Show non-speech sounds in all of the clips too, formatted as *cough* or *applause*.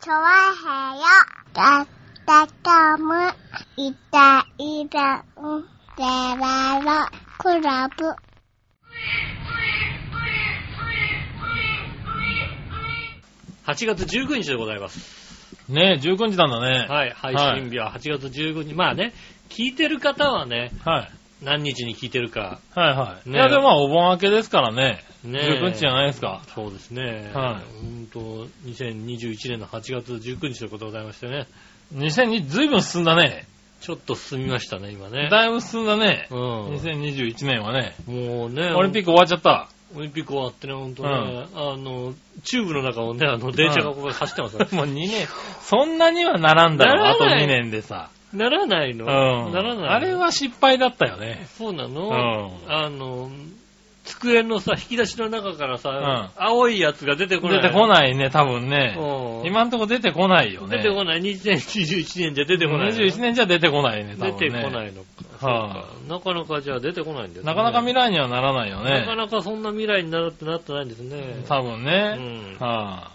チョワヘヨだったかむいたいたんでららクラブ8月19日でございます。ねえ、19時なんだね。はい、配信日は8月19日。まあね、聞いてる方はね、はい。何日に聞いてるか。はいはい。ねえいや、でもまあお盆明けですからね。ね19日じゃないですか。そうですね。はうんと、2021年の8月19日ということでございましてね。 2020、ずいぶん進んだね。ちょっと進みましたね、今ね。だいぶ進んだね。うん。 2021年はね。もうね、オリンピック終わっちゃった。オリンピック終わってね、ほんとね、あの、チューブの中をね、あの、電車がここ走ってま *laughs* すから。もう2年。そんなにはならんだなろ。あらとない2年でさ。ならないうのん。ならないあれは失敗だったよね。そうなの、うんあの、机のさ、引き出しの中からさ、う青いやつが出てこな出てい。こい。ないね、多分ね。今んとこ出てこないよね。出てこない。2021年じゃ出てこないの。 21年じゃ出てこないね、多出分ね。てこないのか。はそうかなかなかじゃあ出てこないんですね。なかなか未来にはならないよなかね。なかそんな未来になるってなってないんですね。多分うね。ん。は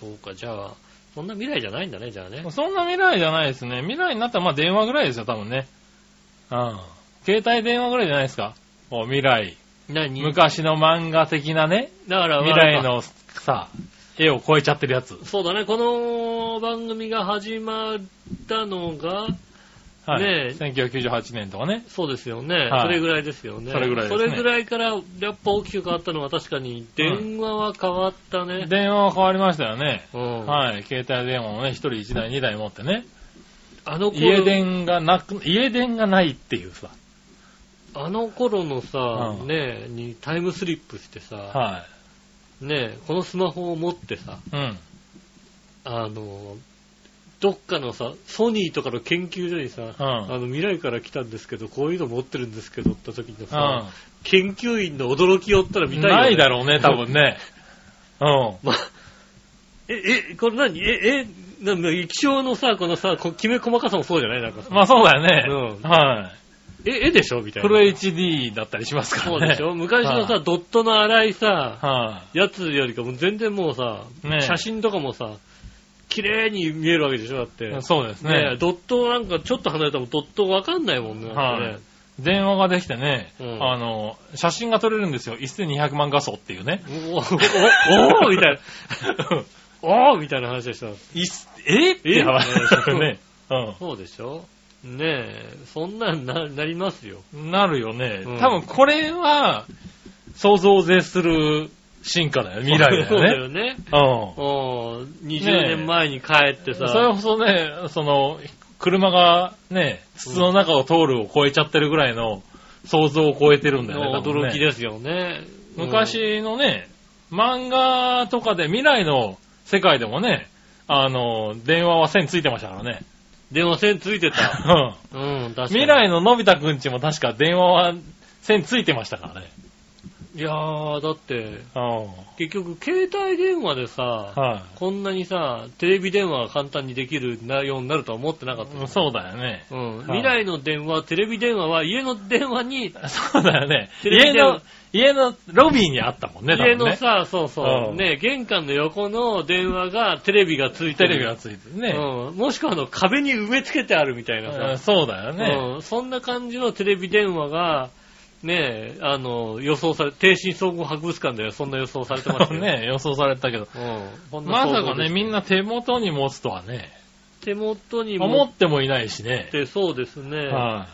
そうか、じゃあ、そんな未来じゃないんだね、じゃあねい。そんな未来じゃないですね。未来になったらまあ電話ぐらいですよ、多分ね。うん。携帯電話ぐらいじゃないですか。お未来。何昔の漫画的なね、だから、未来のさ、絵を超えちゃってるやつ。そうだね、この番組が始まったのが、はい。ねえ1998年とかね。そうですよね、はいそれぐらいですよね。それぐらいですねそれぐらいから、やっぱ大きく変わったのは確かに、電話は変わったね。電話は変わりましたよね。うんはい。携帯電話もね、一人一台、二台持ってね。あの家頃、電がなく、家電がないっていうさ。あの頃のさ、うんねえ、にタイムスリップしてさ、はねえ、このスマホを持ってさ、い。うん。あの、どっかのさ、ソニーとかの研究所にさ、うんあの未来から来たんですけど、こういうの持ってるんですけどって時のうさ、ん。研究員の驚きをったら見たいよね。ないだろうね、多分 *laughs* ね。うん。ま、え、え、これ何え、え、なんだ、液晶のさ、このさ、こきめ細かさもそうじゃないなんかさまあそうだよね。うはえ、絵でしょみたい。いフな。ル HD だったりしますかそうらね。でしょ昔のはさ、ドットの荒いさ、はやつよりかも全然もうさ、ねえ写真とかもさ、綺麗に見えるわけでしょだって。い。そうですねえね。ドットなんかちょっと離れたらドットわかんないもんね。はいだってね電話ができてね、うんあの、写真が撮れるんですよ。1200万画素っていうね。おおおおみたいな。 *laughs* おおみたいな話でした。いすえって話だよ *laughs* ね。うんそうでしょねえ、そんなんな、なりますよ。なるよね。うん多分これは、想像を絶する進化だよ。未来だそうだよね。よね。うん。うん20ねえ年前に帰ってさ、それこそね、その、車がね、筒の中を通るを超えちゃってるぐらいの想像を超えてるんだよね。多分ね驚きですよね。うん、昔のね、漫画とかで未来の世界でもね、あの、電話は線ついてましたからね。電話線つい *laughs* てた。うんうん、確かに。未来ののび太くんちも確か電話は線ついてましたからね。いやー、だって、う結局、携帯電話でさ、ん。はこんなにさ、テレビ電話が簡単にできるなようになるとは思ってなかったい。。そうだよね。うん、未来の電話、テレビ電話は家の電話に、そうだよね。テレビ家電の話、家のロビーにあったもんね、多家分のね。さ、そうそうう、んね、玄関の横の電話が、テレビがついテてる。レビがついてるね。うん、もしくはあの壁に埋め付けてあるみたいなさ、うんそうだよね。うん、そんな感じのテレビ電話が、ねえ、あの、予想され、帝神総合博物館ではそんな予想されてました *laughs* よ。ね予想されてたけど。うん。こんなま想像さかでね、すみんな手元に持つとはね、手元に持思っってもいないしね。て、そうですね。は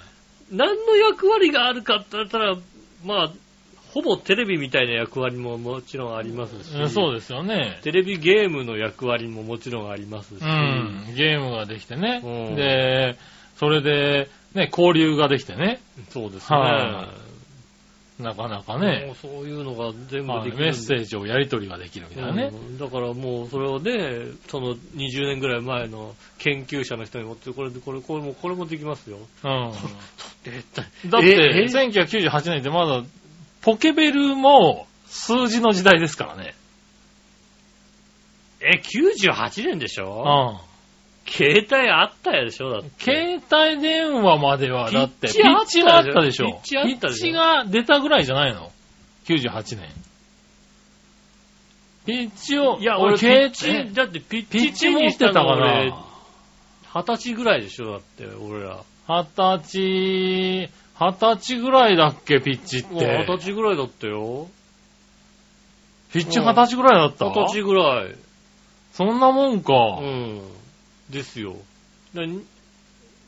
何の役割があるかって言ったら、まあ、ほぼテレビみたいな役割ももちろんありますし、いうんそうですよね。テレビゲームの役割ももちろんありますし、うん。ゲームができてねうん。で、それで、ね、交流ができてね。そうですね。はなかなかもねう、そういうのが全部あのできるんでメッセージをやり取りができるみたいなねう。んだからもうそれをね、その20年ぐらい前の研究者の人に持って、これ、これ、これも、これもできますよ。うん。絶対。だっえて、え1998年ってまだ、ポケベルも数字の時代ですからね。え、98年でしうょん。携帯あったやでしょだって。携帯電話までは、だって、ピピッッチチががああっったたででししょょ。ピッチが出たぐらいじゃないの ?98 年。ピッチを、いや、俺、ピケッチチ、、だってピッチ、ピッチ持ってたか俺な。二十歳ぐらいでしょ、だって、俺ら。二十歳、二十歳ぐらいだっけ、ピッチっもう二て十。歳ぐらいだったよ。ピッチ二十歳ぐらいだった二十歳ぐらい。そんなもんか。うん。ですよ。だに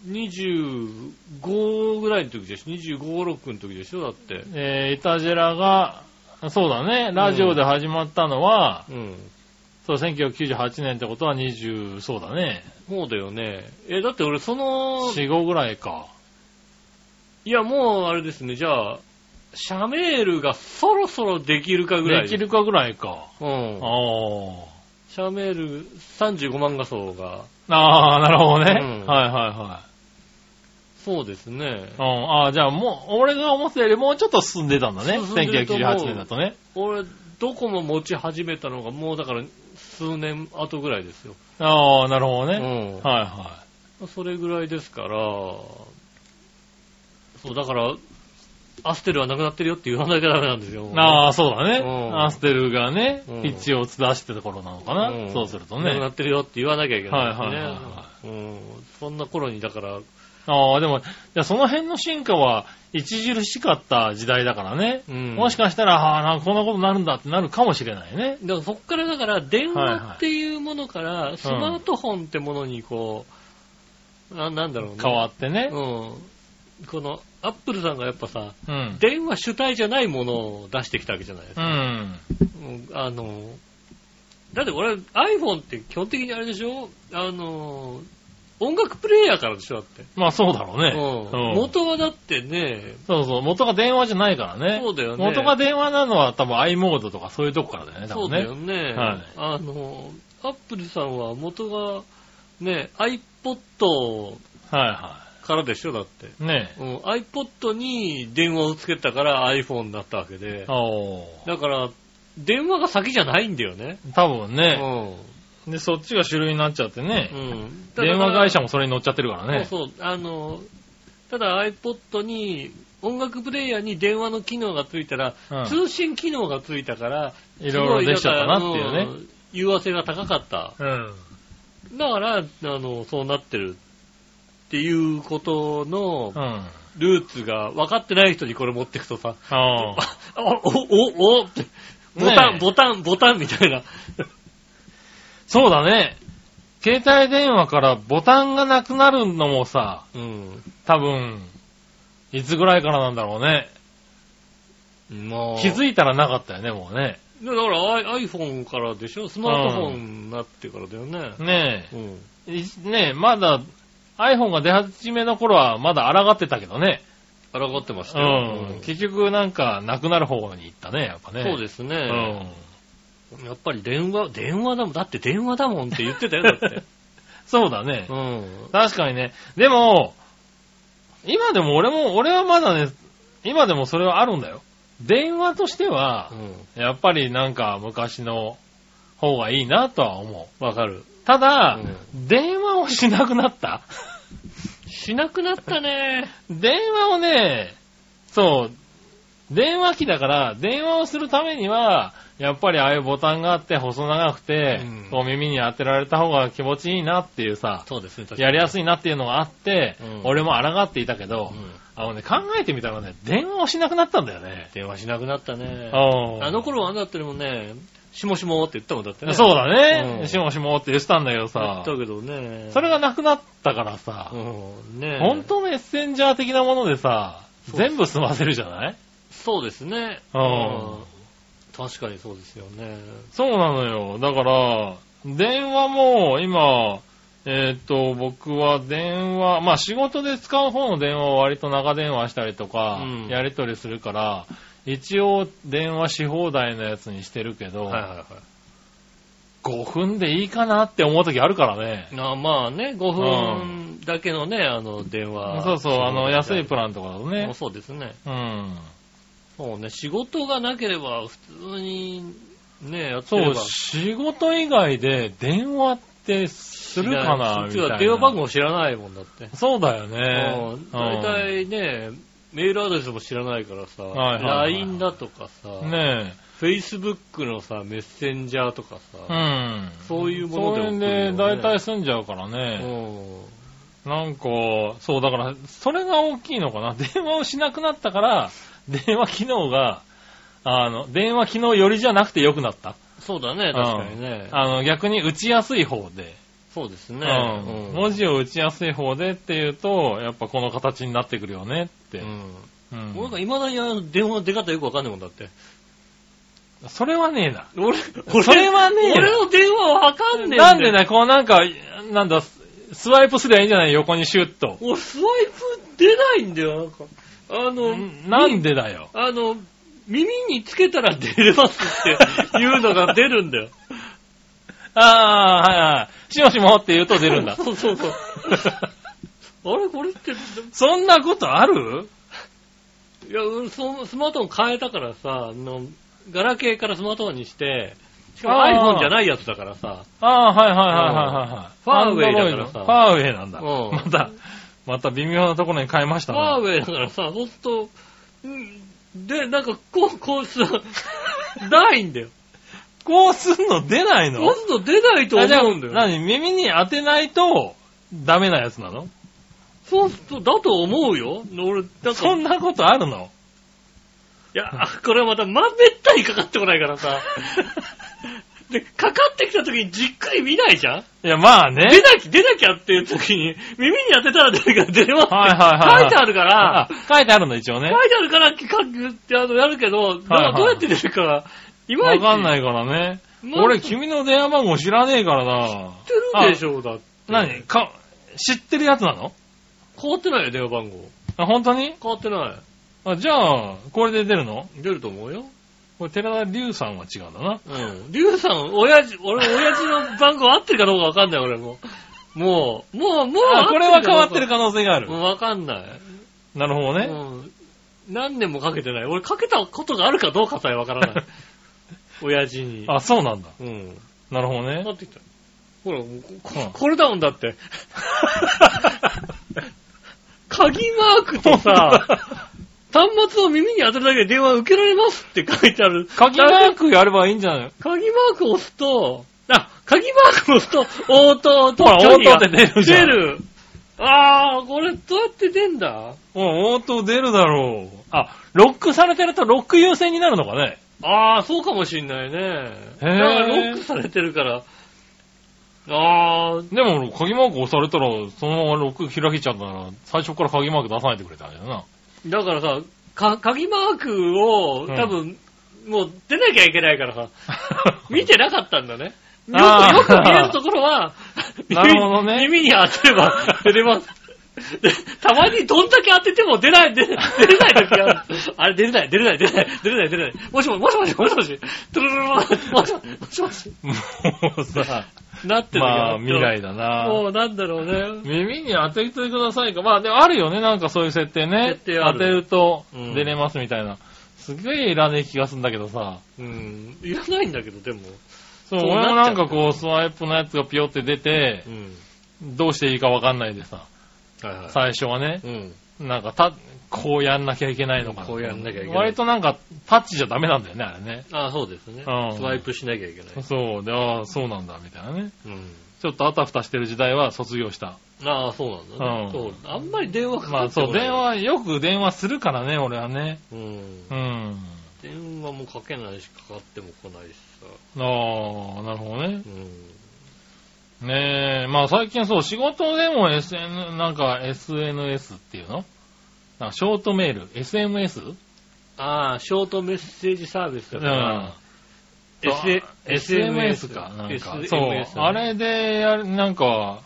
25ぐらいの時でしょ ?25、6の時でしょだって。えー、イタジェラが、そうだね、ラジオで始まったのは、うん。そう、1998年ってことは20、そうだね、そうだよね。え、だって俺その、 4、5ぐらいか。いやもうあれですね、じゃあ、シャメールがそろそろできるかぐらい。できるかぐらいか。うんあ。ーシャメール35万画素が。あー、なるほどね。うんはいはいはい。そうですね。うん、あーじゃあもう、俺が思ってたよりもうちょっと進んでたんだね。進んでると思う1998年だとね。俺、どこも持ち始めたのがもうだから数年後ぐらいですよ。ああ、なるほどうね。ん。はいはそれぐらいですから、そう、だから、アステルはなくなってるよって言わなきゃダメなんですよ。い。ああ、そうだね。うんアステルがね、うんピッチを打つ出してた頃なのかな。んそうするとなくなね。ってるよって言わなきゃいけないですね。はいはいはいうん。そんな頃に、だから、ああ、でも、じゃあその辺の進化は著しかった時代だからね。うんもしかしたら、ああ、なんかこんなことになるんだってなるかもしれないね。だからそっからだから、電はいは話いっていうものから、スマートフォンってものにこう、ななんだろうね。変わってね。うん。この、アップルさんがやっぱさ、うん。電話主体じゃないものを出してきたわけじゃないうですか。ん。うんあの、だって俺 iPhone って基本的にあれでしょあの、音楽プレイヤーからでしょだって。まあそうだろうね。うん。うん元はだってね、そうそう、元が電話じゃないからね。そうだよね元が電話なのは多分 i モードとかそういうとこからだよね、多そう分だね。よね。はいあの、アップルさんは元がね、iPod はいはからでしょだって。い。ねうん、iPod に電話をつけたから iPhone になったわけでえ。。おーだから、電話が先じゃないんだよね。多分うね。ん。で、そっちが主流になっちゃってねう。ん。電話会社もそれに乗っちゃってるからね。そうそう、あの、ただ iPod に、音楽プレイヤーに電話の機能がついたら、うん通信機能がついたから、いろいろできちゃったなっていうすごだからね。ん融和性が高かった。うん。だから、あの、そうなってるっていうことのうん。ルーツが分かってない人にこれ持ってくとさ、ああ。あお、お、お、って、ボタン、ねえボタン、ボタンみたいな。そうだね。携帯電話からボタンがなくなるのもさ、うん。多分、いつぐらいからなんだろうね。まあ、気づいたらなかったよね、もうね。だからアイ iPhone からでしょスマートフォンになってからだよね。ねうん。え。いねえ、まだ、iPhone が出始めの頃はまだ抗ってたけどね。抗ってましたよ。うん。き結局なんか、なくなる方に行ったね、やっぱね。そうすですうね、ん。やっぱり電話、電話だもん。だって電話だもんって言ってたよ、だって。 *laughs* そうだね。うん。確かにね。でも、今でも俺も、俺はまだね、今でもそれはあるんだよ。電話としては、うやっぱりなんか昔の方がいいなとは思ん。わかる。う。ただ、う電話をしなくなった。しなくなったね。電話をね、そう、電話機だから、電話をするためには、やっぱりああいうボタンがあって細長くて、うんこう耳に当てられた方が気持ちいいなっていうさ、そうですね、確かに。やりやすいなっていうのがあって、うん俺も抗っていたけど、うんあのね、考えてみたらね、電話をしなくなったんだよね。電話しなくなったね。ああの頃はあんだってもね、しもしもって言ったもんだってね。そうう。だね、うんしもしもって言ってたんだけど言さっ、たけどね。それがなくなったからさ、うん。ね本当のメッセンジャー的なものでさ、そう全部済ませるじゃないそうですね。うんん確かにそうですよね。そうなのよ。だから、電話も今、えーっと、僕は電話、まあ仕事で使う方の電話を割と長電話したりとか、うんやり取りするから、一応電話し放題のやつにしてるけど、はいはいはい。 5分でいいかなって思う時あるからね。なまあね、5分だけのね、あの、電話。そうそう、あの、安いプラランとかだともうね。そうですね。うん。そうね、仕事がなければ、普通に、ね、やってそれう、ば。仕事以外で電話ってするかなうみちたいはな。電話番号知らないもんだって。そうだよねうん。大体ね、メールアドレスも知らないからさ、はいはいはい LINE だとかさ、ね Facebook のさ、メッセンジャーとかさ、え。うん。そういうものでそういうん送るよで、ね大体済んじゃうからね。うんなんか、そう、だから、それが大きいのかな。 *laughs* 電話をしなくなったから、電話機能が、あの、電話機能よりじゃなくて良くなった。そうだね、確かにね。あの、逆に打ちやすい方で。そうですうね。んうん文字を打ちやすい方でっていうと、やっぱこの形になってくるよねって。うんうん俺が未だにあの電話の出方よくわかんないもんだって。それはねえな。 *laughs* 俺、俺それはねえな俺の電話わかんねえなんでね。ね、こうなんか、なんだ、ススワイプすりゃいいんじゃない横にシュッと。俺、スワイプ出ないんだよ、なんか。あの、んなんでだよ。あの、耳につけたら出れますっていうのが出るんだよ。 *laughs* ああ、はいはい。しもしもって言うと出 *laughs* るんだ。 *laughs* そうそうそう。あれこれって、そんなことあるいや、うんそスマートフォン変えたからさ、あの、ガラケーからスマートフォンにして、しかもあー iPhone じゃないやつだからさ、ああ、はいはいはいはいはい。ファーウェイだからさ Android ファーウェイなんだ。うんまた、また微妙なところに変えましたファーな。ウェイだからさ、ほんと、んで、なんか、こう、こうさ、ないんだよ。こうすんの出ないのほんと出ないと思うんだよ。何耳に当てないと、ダメなやつなのそうすると、だと思うよ。俺、だそと、んいなことあるのや、これはまた、ま、めったにかかってこないか *laughs* らさ。で、かかってきた時にじっくり見ないじゃんいや、まあ出ね。なきゃ、出なきゃっていう時に、耳に当てたら出るから出れますって。はいはいはいはい書いてあるからあ、書いてあるんだ、一応ね書。いてあるから、書くってあの、やるけど、だからどうやって出るか、いまわいち。。かんないいからね。まあ俺、君の電話番号知らねえからな。知ってるでしょ、だって。何か、知ってるやつなの変わってないよ、電話番号。あ、本当に変わってなあ、じゃあ、これで出るのい。出ると思うよ。これ、寺田龍さんは違うんだな。うん。リュウさん、親父、俺、親父の番号合ってるかどうかわかんない、俺も。もう、もう、もう合あ、これは変わってるか可能性があるどう。か。わかんない。なるほどうね。ん。何年もかけてない。俺かけたことがあるかどうかさえわから *laughs* ない。親父に。あ、そうなんだ。うん。なるほどねな。ってきた。ほら、もうこうんこれだもん *laughs* だって。鍵マーク *laughs* とさ、端末を耳に当てるだけで電話受けられますって書いてある。鍵マークやればいいんじゃないの鍵マークを押すと、あ、鍵マークを押すと、応答とほら距離が応答って出るじゃん出るあー、これどうやって出んだうん、応答出るだろう。あ、ロックされてるとロック優先になるのかねあー、そうかもしんないへね。だかーらロックされてるから。あー、でも、鍵マーク押されたら、そのままロック開けちゃったら、最初から鍵マーク出さないでくれたんだよ *laughs* な。だからさ、か、鍵マークを、うん多分、もう出なきゃいけないか *laughs* らさ、見てなかったんだね。よあーく、よく見えるところは、 *laughs* なるほどね耳に耳に当てれば出れます。でたまにどんだけ当てても出ない、出出れない時がある。あれ、出れない、出れない、出れない、出れない、出れない。もしもし、もしもし、もしもし、トゥルルルルもしもし、もしもし、 *laughs* も *laughs* うさ、なってる時がまあ、る未来だな。もうなんだろうね。耳に当ててくださいか。まあ、でもあるよね、なんかそういう設定ね。設定ある当てるとうん出れますみたいな。すげえいらねえ気がするんだけどさ。うん。いらないんだけど、でも。そう、そう俺もなんかこなう、っちゃうスワイプのやつがピヨって出てう、ん。どうしていいかわかんないでさ、はいはい。最初はね、うん。なんかた、こうやんなきゃいけないのかな。こうやんなきゃいけない割となんか、タッチじゃダメなんだよね、あれね。あそうですね。うんスワイプしなきゃいけない。そう、で、ああ、そうなんだ、みたいなね。うん。ちょっとあたふたしてる時代は卒業した。ああ、そうなんだね。うんそう。あんまり電話かまかあってこそう、ない。電。話、よく電話するからね、俺はね。うんう。ん。電話もかけないし、かかっても来ないしさ。ああ、なるほどねう。ん。ねえ、まあ最近そう、仕事でも SN、なんか SNS っていうのなんかショートメール、SMS? ああ、ショートメッセージサービスうだん。から。S- SMS か。なんか、 SMS そう。あれでやる、なんか、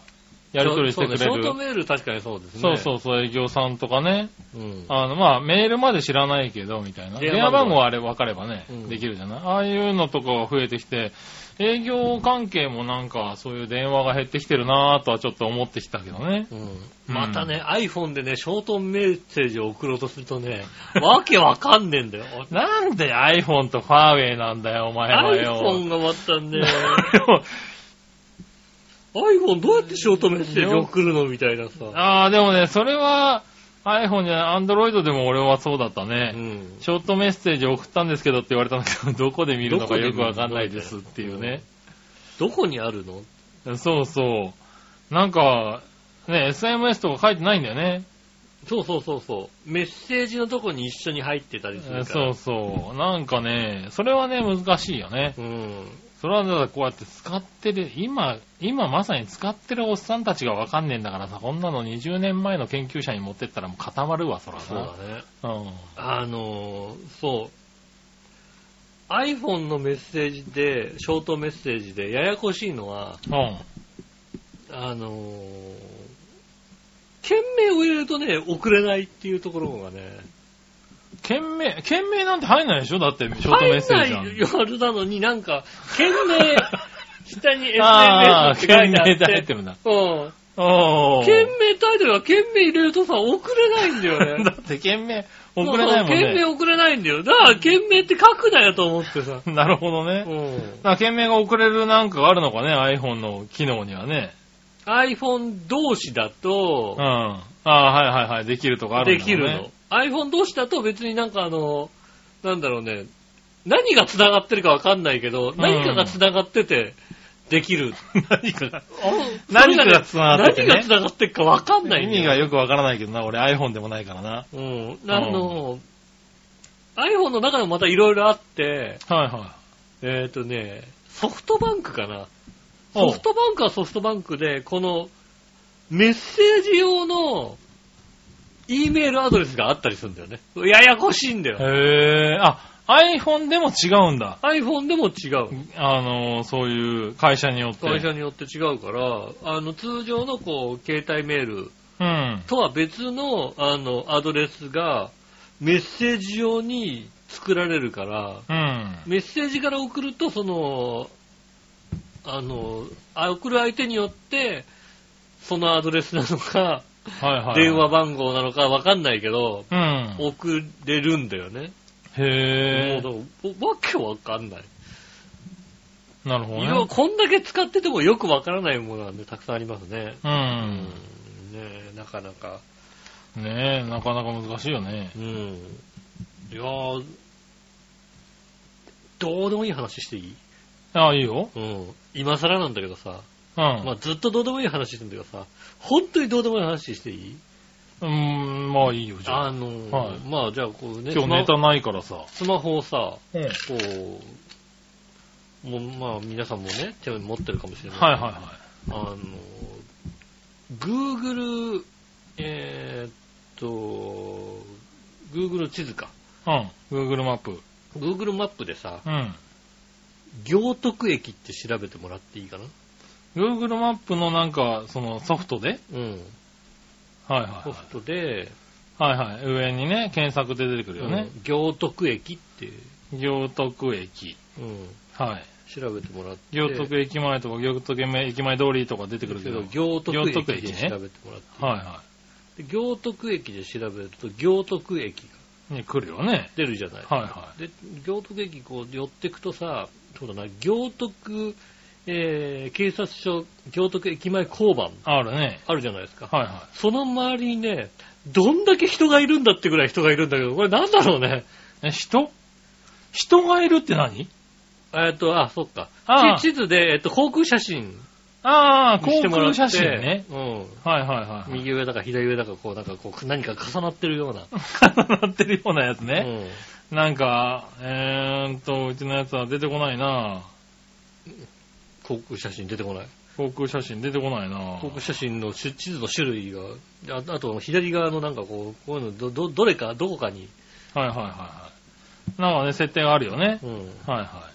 やり取りしてくれそうねショートる。メール確かにそうですね。そうそうそう、営業さんとかね。う。うん。あの、まあ、メールまで知らないけど、みたいな。電電話話番号番号あれ分かればね、うんできるじゃないああいうのとかが増えてきて、営業関係もなんか、そういう電話が減ってきてるなぁとはちょっと思ってきたけどね。うんまたね、iPhone でね、ショートメッセージを送ろうとするとね、 *laughs* わけわかんねえんだよ。なんで iPhone とファーウェイなんだよ、お前はよ。 iPhone がまたね、 *laughs* iPhone iPhone どうやってショートメッセージ送るのみたいなさ。 *laughs* ああ、でもね、それは、 iPhone じゃない、Android でも俺はそうだったね。うん。ショートメッセージ送ったんですけどって言われたんだけど、どこで見るのかよくわかんないですっていうね。どこにあるのそうそう。なんか、ね、SMS とか書いてないんだよね。そうそうそうそう。メッセージのとこに一緒に入ってたりするかそら。うそう。なんかね、それはね、難しいよね。う。うん。それはだからこうやって使ってる、今、今まさに使ってるおっさんたちがわかんねえんだからさ、こんなの20年前の研究者に持ってったらもう固まるわ、そらそうさ。だね。うん。あのーそう。iPhone のメッセージで、ショートメッセージで、ややこしいのは、うん。あのー件名を入れるとね、送れないっていうところがね、件名、件名なんて入んないでしょだって、ショートメッセージなんて入んないよるなのになんか、件名、*laughs* 下にああ、 SMS って書懸いてあ命っ、で入っててるんだ。うん。おー件名タイトルが件名入れるとさ、送れないんだよ *laughs* ねだ。って懸命送れないもんそうそう件名ね。送れないんだよ。だから、件名って書くなよと思ってさ。なるほどね。だうかん。ら懸命が送れるなんかがあるのかね、iPhone の機能にはね。 iPhone 同士だうとん。、ああ、はいはいはい、できるとかあるんでだろうきね。るの。iPhone 同士だと別になんかあの、なんだろうね、何が繋がってるかわかんないけど、何かが繋がってて、できる。何かが。あ *laughs* 何かが繋がっててね何が繋がってるかわかんない意んだよ味がよくわからないけどな、俺 iPhone でもないからな。うん。あの、iPhone の中でもまたいろいろあって、はいはえっ、とね、ソフトバンクかな。い。おソうフトバンクはソフトバンクで、このメッセージ用の E メールアドレスがあったりするんだよね。ややこしいんだよ。へえ、あ、iPhone でも違うんだ。 iPhone でも違う。あの、そういう会社によって。会社によって違うから、あの、通常のこう、携帯メールうん。とは別の、あの、アドレスが、メッセージ用に作られるから、うん。メッセージから送ると、その、あの、あ送る相手によって、そのアドレスなのか、はいはい。電話番号なのかわかんないけど、うん。送れるんだよね。へえ。もうだからわけわかんない。なるほどいやね。こんだけ使っててもよくわからないものなんでたくさんありますね。ううんね。えなかなか。ねえ、なかなか難しいよね。うん。いやーどうでもいい話していいああ、いいよ。うん。今更なんだけどさ、うん。まあずっとどうでもいい話してんだけどさ、本当にどうでもいい話していいうん、まあいいよ、じゃあ。あのーはいまあじゃあこうね、今日ネタないからさ。スマホスマホをさ、うん。はいこう、もうまあ皆さんもね、手に持ってるかもしれない。はいはあの、Google、えーっと、Google 地図か。い。うん。Google マップ。 Google マップでさ、うん。行徳駅って調べてもらっていいかな Google マップのなんか、そのソフトでうん。はいはいソフトで、はい。はいはい。上にね、検索で出てくるよね。うん行徳駅って、行徳駅。うん、はい。調べてもらって。行徳駅前とか、行徳駅前通りとか出てくるけど。はい行徳行徳駅駅でね調べてもらって。はで行徳駅で調べると、行徳駅がい。に来るよね。出るじゃない。はいはで、行徳駅こう寄ってくとさ、そうだな、行徳、えー、警察署、行徳駅前交い。番あるね。あるじゃないですか。はいはその周りにね、どんだけ人がいるんだってぐらい人がいるんだけど、これなんだろうね。い。え、人人がいるって何えっと、あ、そっか。ああ地地図で、えっと、航空写真ああ、し航てもらっ空て。写真ね。。うはいはいはいん。はい。右上だか左上だか、こう、なんかこう、何か重なってるような。重なってるようなやつね。なんか、えーっと、うちのやつは出てこないなうん。航空写真出てこない。航空写真出てこないな航空写真の地地図の種類が、ああと左側のなんかこう、こういうのど、ど、どれか、どこかに、はいはいはいはい。なんかね、設定があるよね。うん。はいは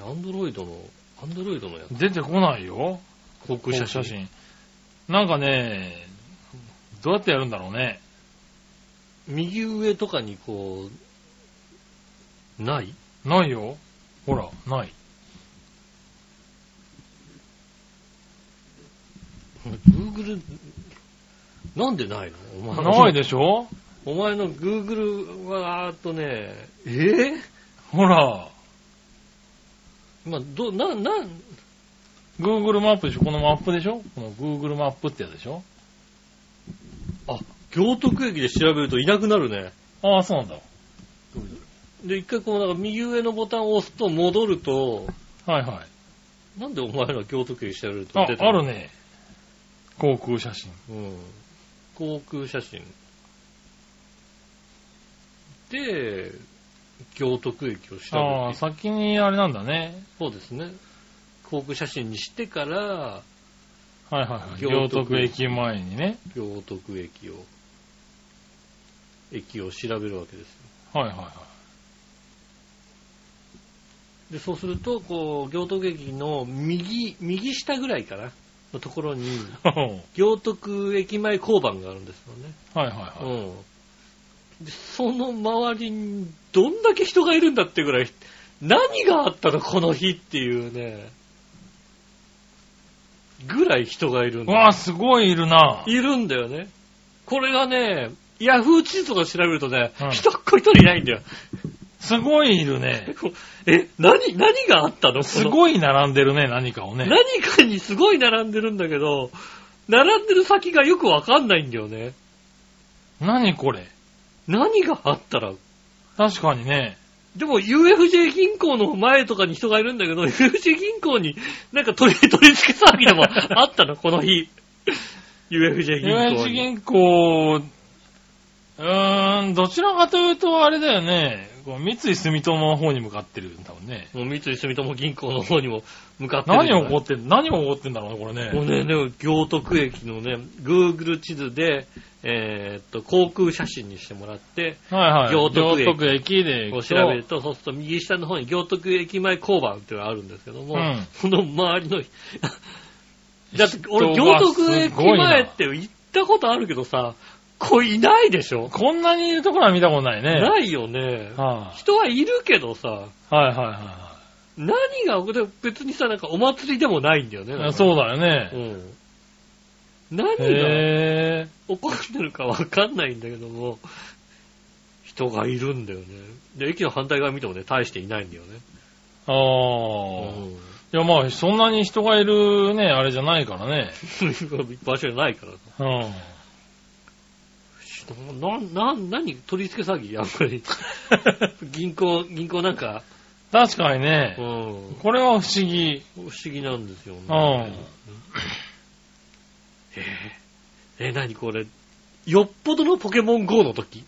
アンドロイドの、アンドロイドのやい。出てこないよ。つ。航航空写。真。なんかね、どうやってやるんだろうね。右上とかにこう、ないないよ。ほら、 *laughs* ない。 ?Google、なんでないのお前ないでしょお前の Google は、あーっとね、えぇ、ほら、まあ、ど、な、な、 Google マップでしょこのマップでしょこの Google マップってやつでしょあ、行徳駅で調べるといなくなるね。ああ、そうなんだ。で、一回こう、なんか右上のボタンを押すと戻ると、はいはい。なんでお前ら行徳駅調べるとあ、出たのある。ね。航空写真。うん。航空写真。で、行徳駅を調べてああ、先にあれなんだね。そうですね。航空写真にしてから、はいはいはい。行行徳徳駅前にね。行徳駅を、駅を調べるわけですよ。はいはいはい。で、そうすると、こう、行徳駅の右、右下ぐらいかな、のところに、行徳駅前交番があるんですよね。はいはいはい。うん。で、その周りに、どんだけ人がいるんだってぐらい、何があったのこの日っていうね、ぐらい人がいるんうだわあ、すごいいるな。いるんだよね。これがね、ヤフー地図とか調べるとね、うん一人っ子一人いないんだよ。すごいいるね。こうえ、何、何があったのすい、ごい並んでるね、何かをね。何かにすごい並んでるんだけど、並んでる先がよくわかんないんだよね。何これ。何があったら。確かにね。でも UFJ 銀行の前とかに人がいるんだけど、UFJ 銀行になんか取り、取り付け騒ぎでもあったの、この日。UFJ 遊銀園行地に。銀行、うーん、どちらかというと、あれだよね。こう三井住友の方に向かってるんだもんね。もう三井住友銀行の方にも向かってる何じゃない起こってん、何起こってんだろうね、これね。もうね、でも行徳駅のね、Google 地図で、えーっと、航空写真にしてもらって、はいはい。行徳駅駅でこ行うく調とべると、そうすると右下の方に行徳駅前交番っていうのがあるんですけども、うんその周りの、 *laughs* だって俺、人行が徳駅すごいな前って行ったことあるけどさ、こいないでしょ、こんなにいるところは見たことないね。ないよね。は人はいるけどさ、いはいは何が、で別にさ、なんかお祭りでもないんだよね。いなんはい。かそうだよね。うん。何がへ怒ってるかわかんないんだけども、人がいるんだよね。で、駅の反対側見てもね、大していないんだよね。ぇー。ああ。ういやまあ、そんなに人がいるね、あれじゃないからね。ん。 *laughs* 場所じゃないから。うな、な、何取り付け詐欺やっ *laughs* ぱり。銀行、銀行なんか、ん。確かにうね。ん。これは不思議。不思議なんですよね。うんえー、え、何これ。よっぽどのポケモン GO の時、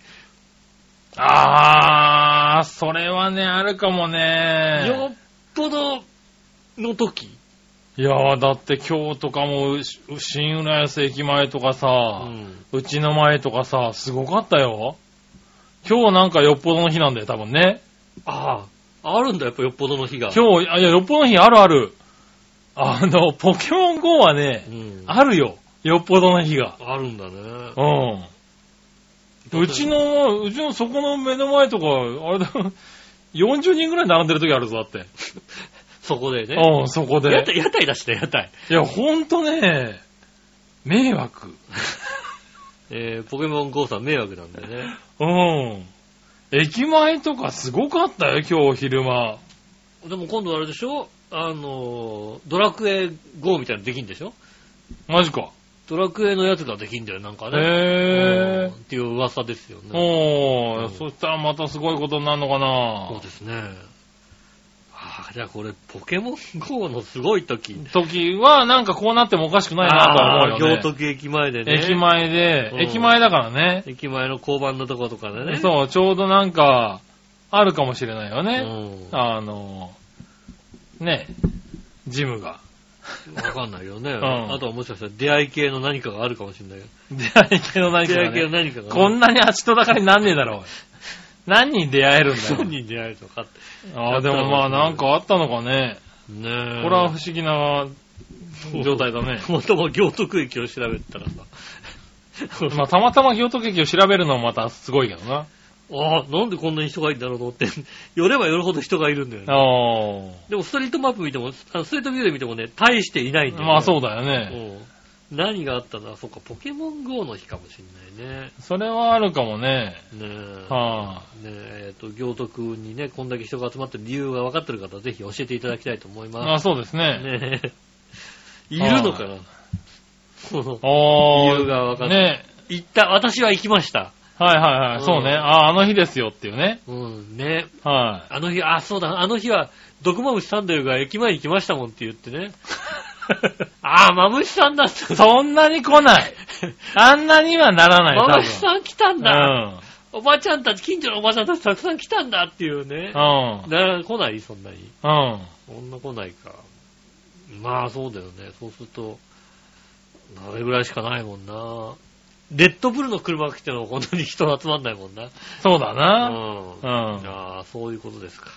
あー、それはね、あるかもね。よっぽどの時、いやー、だって今日とかも、うし新浦安駅前とかうさ、ん。うちの前とかさ、すごかったよ。今日なんかよっぽどの日なんだよ、多分ね。ああ、あるんだ、やっぱよっぽどの日が。今日、あいや、よっぽどの日あるある。あの、ポケモン GO はうね、ん。あるよ。よっぽどの日が。あるんだね。うん。うちの、うちのそこの目の前とか、あれだ、40人ぐらい並んでる時あるぞ、だって。そこでね。うん、そこで。屋台、屋台だしね、屋台。いや、ほんとね、迷惑。えー、ポケモン GO さん迷惑なんでね。うん。駅前とかすごかったよ、今日昼間。でも今度あれでしょあのー、ドラクエ GO みたいなのできんでしょマジか。ドラクエのやつができんだよ、なんかね。へうんっていう噂ですよぇー。ね。おー、うんそしたらまたすごいことになるのかそうなですね。ああ、じゃあこれ、ポケモン GO のすごい時。時は、なんかこうなってもおかしくないなとは思うよ行ね。徳駅前でね。駅。前で、うん駅前だからね。駅前の交番のとことかでね。う。そう、ちょうどなんか、あるかもしれないようね。ん。わあの、ね、ジムが。 *laughs* かんないよんね。あとはもしかしたら出会い系の何かがあるかもしれないよ。出会い系のない出か会らい系のね。何かが、ね。こんなに足とだかになんねえだろ。おい何人出会えるんだ何よ。人出会えるとかって。ああ、でもまあなんかあったのかね。ねこえ。れは不思議な状態だね。もとも行徳駅を調べたらさ。まあたまたま京都劇を調べるのもまたすごいけどな。ああ、なんでこんなに人がいるんだろうと思って、寄れば寄るほど人がいるんだよね。あでもストリートマップ見ても、あのストリートビューで見てもね、大していないんあ。だよ、ね。まあそうだよね。うん。何があったんだそっか、ポケモン GO の日かもしんないね。それはあるかもね。ねえ。はあ。ねえ、えっ、と、行徳にね、こんだけ人が集まってる理由が分かってる方、ぜひ教えていただきたいと思いままあす。そうですね。ねえ。いるのかなこのああ。理由が分かったね。行った、私は行きました。はいはいはい。そうね。ああ、あの日ですよっていうね。うん、ね。はあの日、あ、そうだ、あの日は、毒マムシサンデルが駅前に来ましたもんって言っ *laughs* てね。あー、マムシさんだったい。。そんなに来 *laughs* ない。あんなにはならない、マ多ムシ分。さん来たんうだ。ん。おばちゃんたち、近所のおばちゃんたちたくさん来たんだっていうね。うな来ないそんなに。ん。うん。そんな来ないか。まあ、そうだよね。そうすると、あれぐらいしかないもんな。レッドブルの車が来ても本当に人集まんないもんな。そうだな。うんう。ん。ああ、そういうことですか。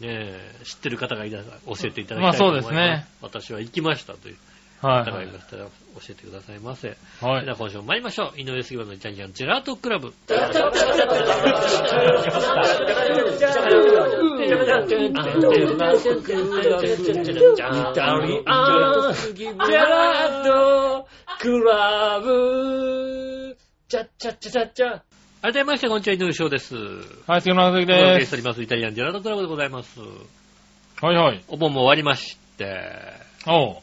ねえ、知ってる方がいたら教えていただきたいまあと思いそうですね。私は行きましたというはい方はがいいま。したら教えてくださいませ。はでい。は今週も参りましょう。井上杉村のジャンジャンジェラートクラブ。改めまして、こんにちは、井上翔です。はい、杉村和之お届けでしす。ております、イタリアンジェラートクラブでございます。はいはい。お盆も終わりまして、おう。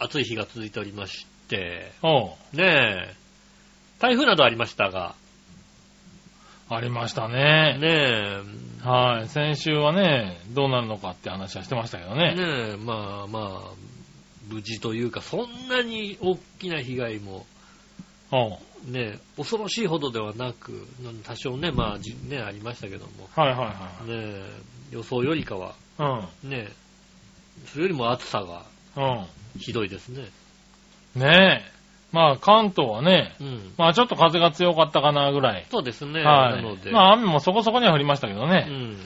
暑い日が続いておりまして、おう。ねえ、台風などありましたが、ありましたね。ねはい。先週はね、どうなるのかって話はしてましたけどえ、ね。ねえ、まあまあ、無事というか、そんなに大きな被害も、おう。ねえ、恐ろしいほどではなく、なん多少ね、まあ、じねえありましたけども、はいはいねえ、予想よりかは、はい。ねえ、それよりも暑さがうん。ひどいですね。うん。ねえ。まあ、関東はね、うん。まあちょっと風が強かったかなぐらい。そうですね。はなので、い。まあ雨もそこそこには降りましたけどうね。ん。うん、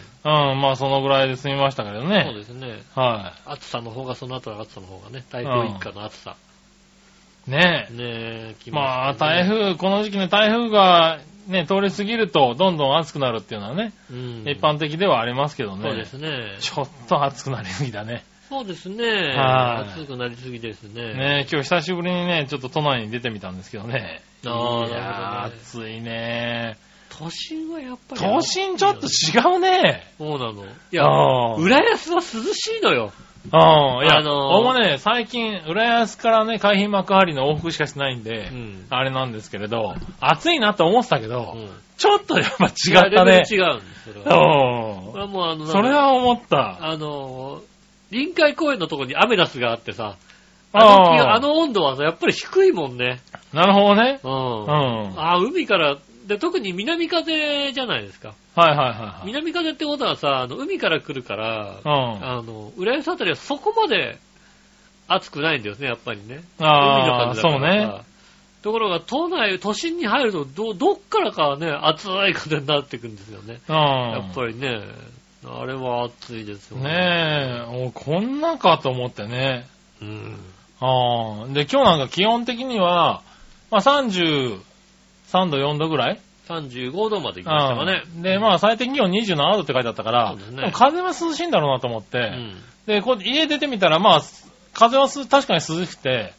まあそのぐらいで済みましたけど *laughs* そうね。ですね。は暑さの方が、その後の暑さの方がね、台風一過の暑さ。い。ねえ。ねえ、来まあした台。ね風、この時期の台風がね、通り過ぎるとどんどん暑くなるっていうのはね、うん一般的ではありますけどね。そうですね。ちょっと暑くなりすぎだね。そうですね。はい暑くなりすぎですね。ねえ、今日久しぶりにね、ちょっと都内に出てみたんですけどね。あーいやなるー、暑いね。都心はやっぱり。都心ちょっと違うね。そうなの。いいや、うん浦安は涼しいのよ。うん。いや、あのー俺もね、最近、浦安からね、海浜幕張の往復しかしてないんで、うんあれなんですけれど、暑いなと思ってたけど、うんちょっとやっぱ違ったね。違うんです、それうは。これん。はもうあの、それは思った。あの、臨海公園のとこにアメダスがあってさ、あの気温あああー、の温度はさ、やっぱり低いもんね。なるほどね。う。うんん。はいあー海から、で、特に南風じゃないですか。はいはいはい。南風ってことはさ、あの海から来るから、うん。あの、浦安あたりはそこまで暑くないんだよね、やっぱりね。ああ、海のそ風だかうらね。さ。ところが、都内、都心に入ると、ど、どっからかはね、暑い風になってくるんですよね。うん。やっぱりね、あれは暑いですよね。ねえ、おこんなかと思ってね。うん。ああ、で、今日なんか基本的には、まあ33度、4度ぐらい35度まで行きましたかね。うんで、まあ、最低気温27度って書いてあったから、そうですねでも風は涼しいんだろうなと思って、うん。で、こう家出てみたら、まあ、す風はす確かに涼しくて、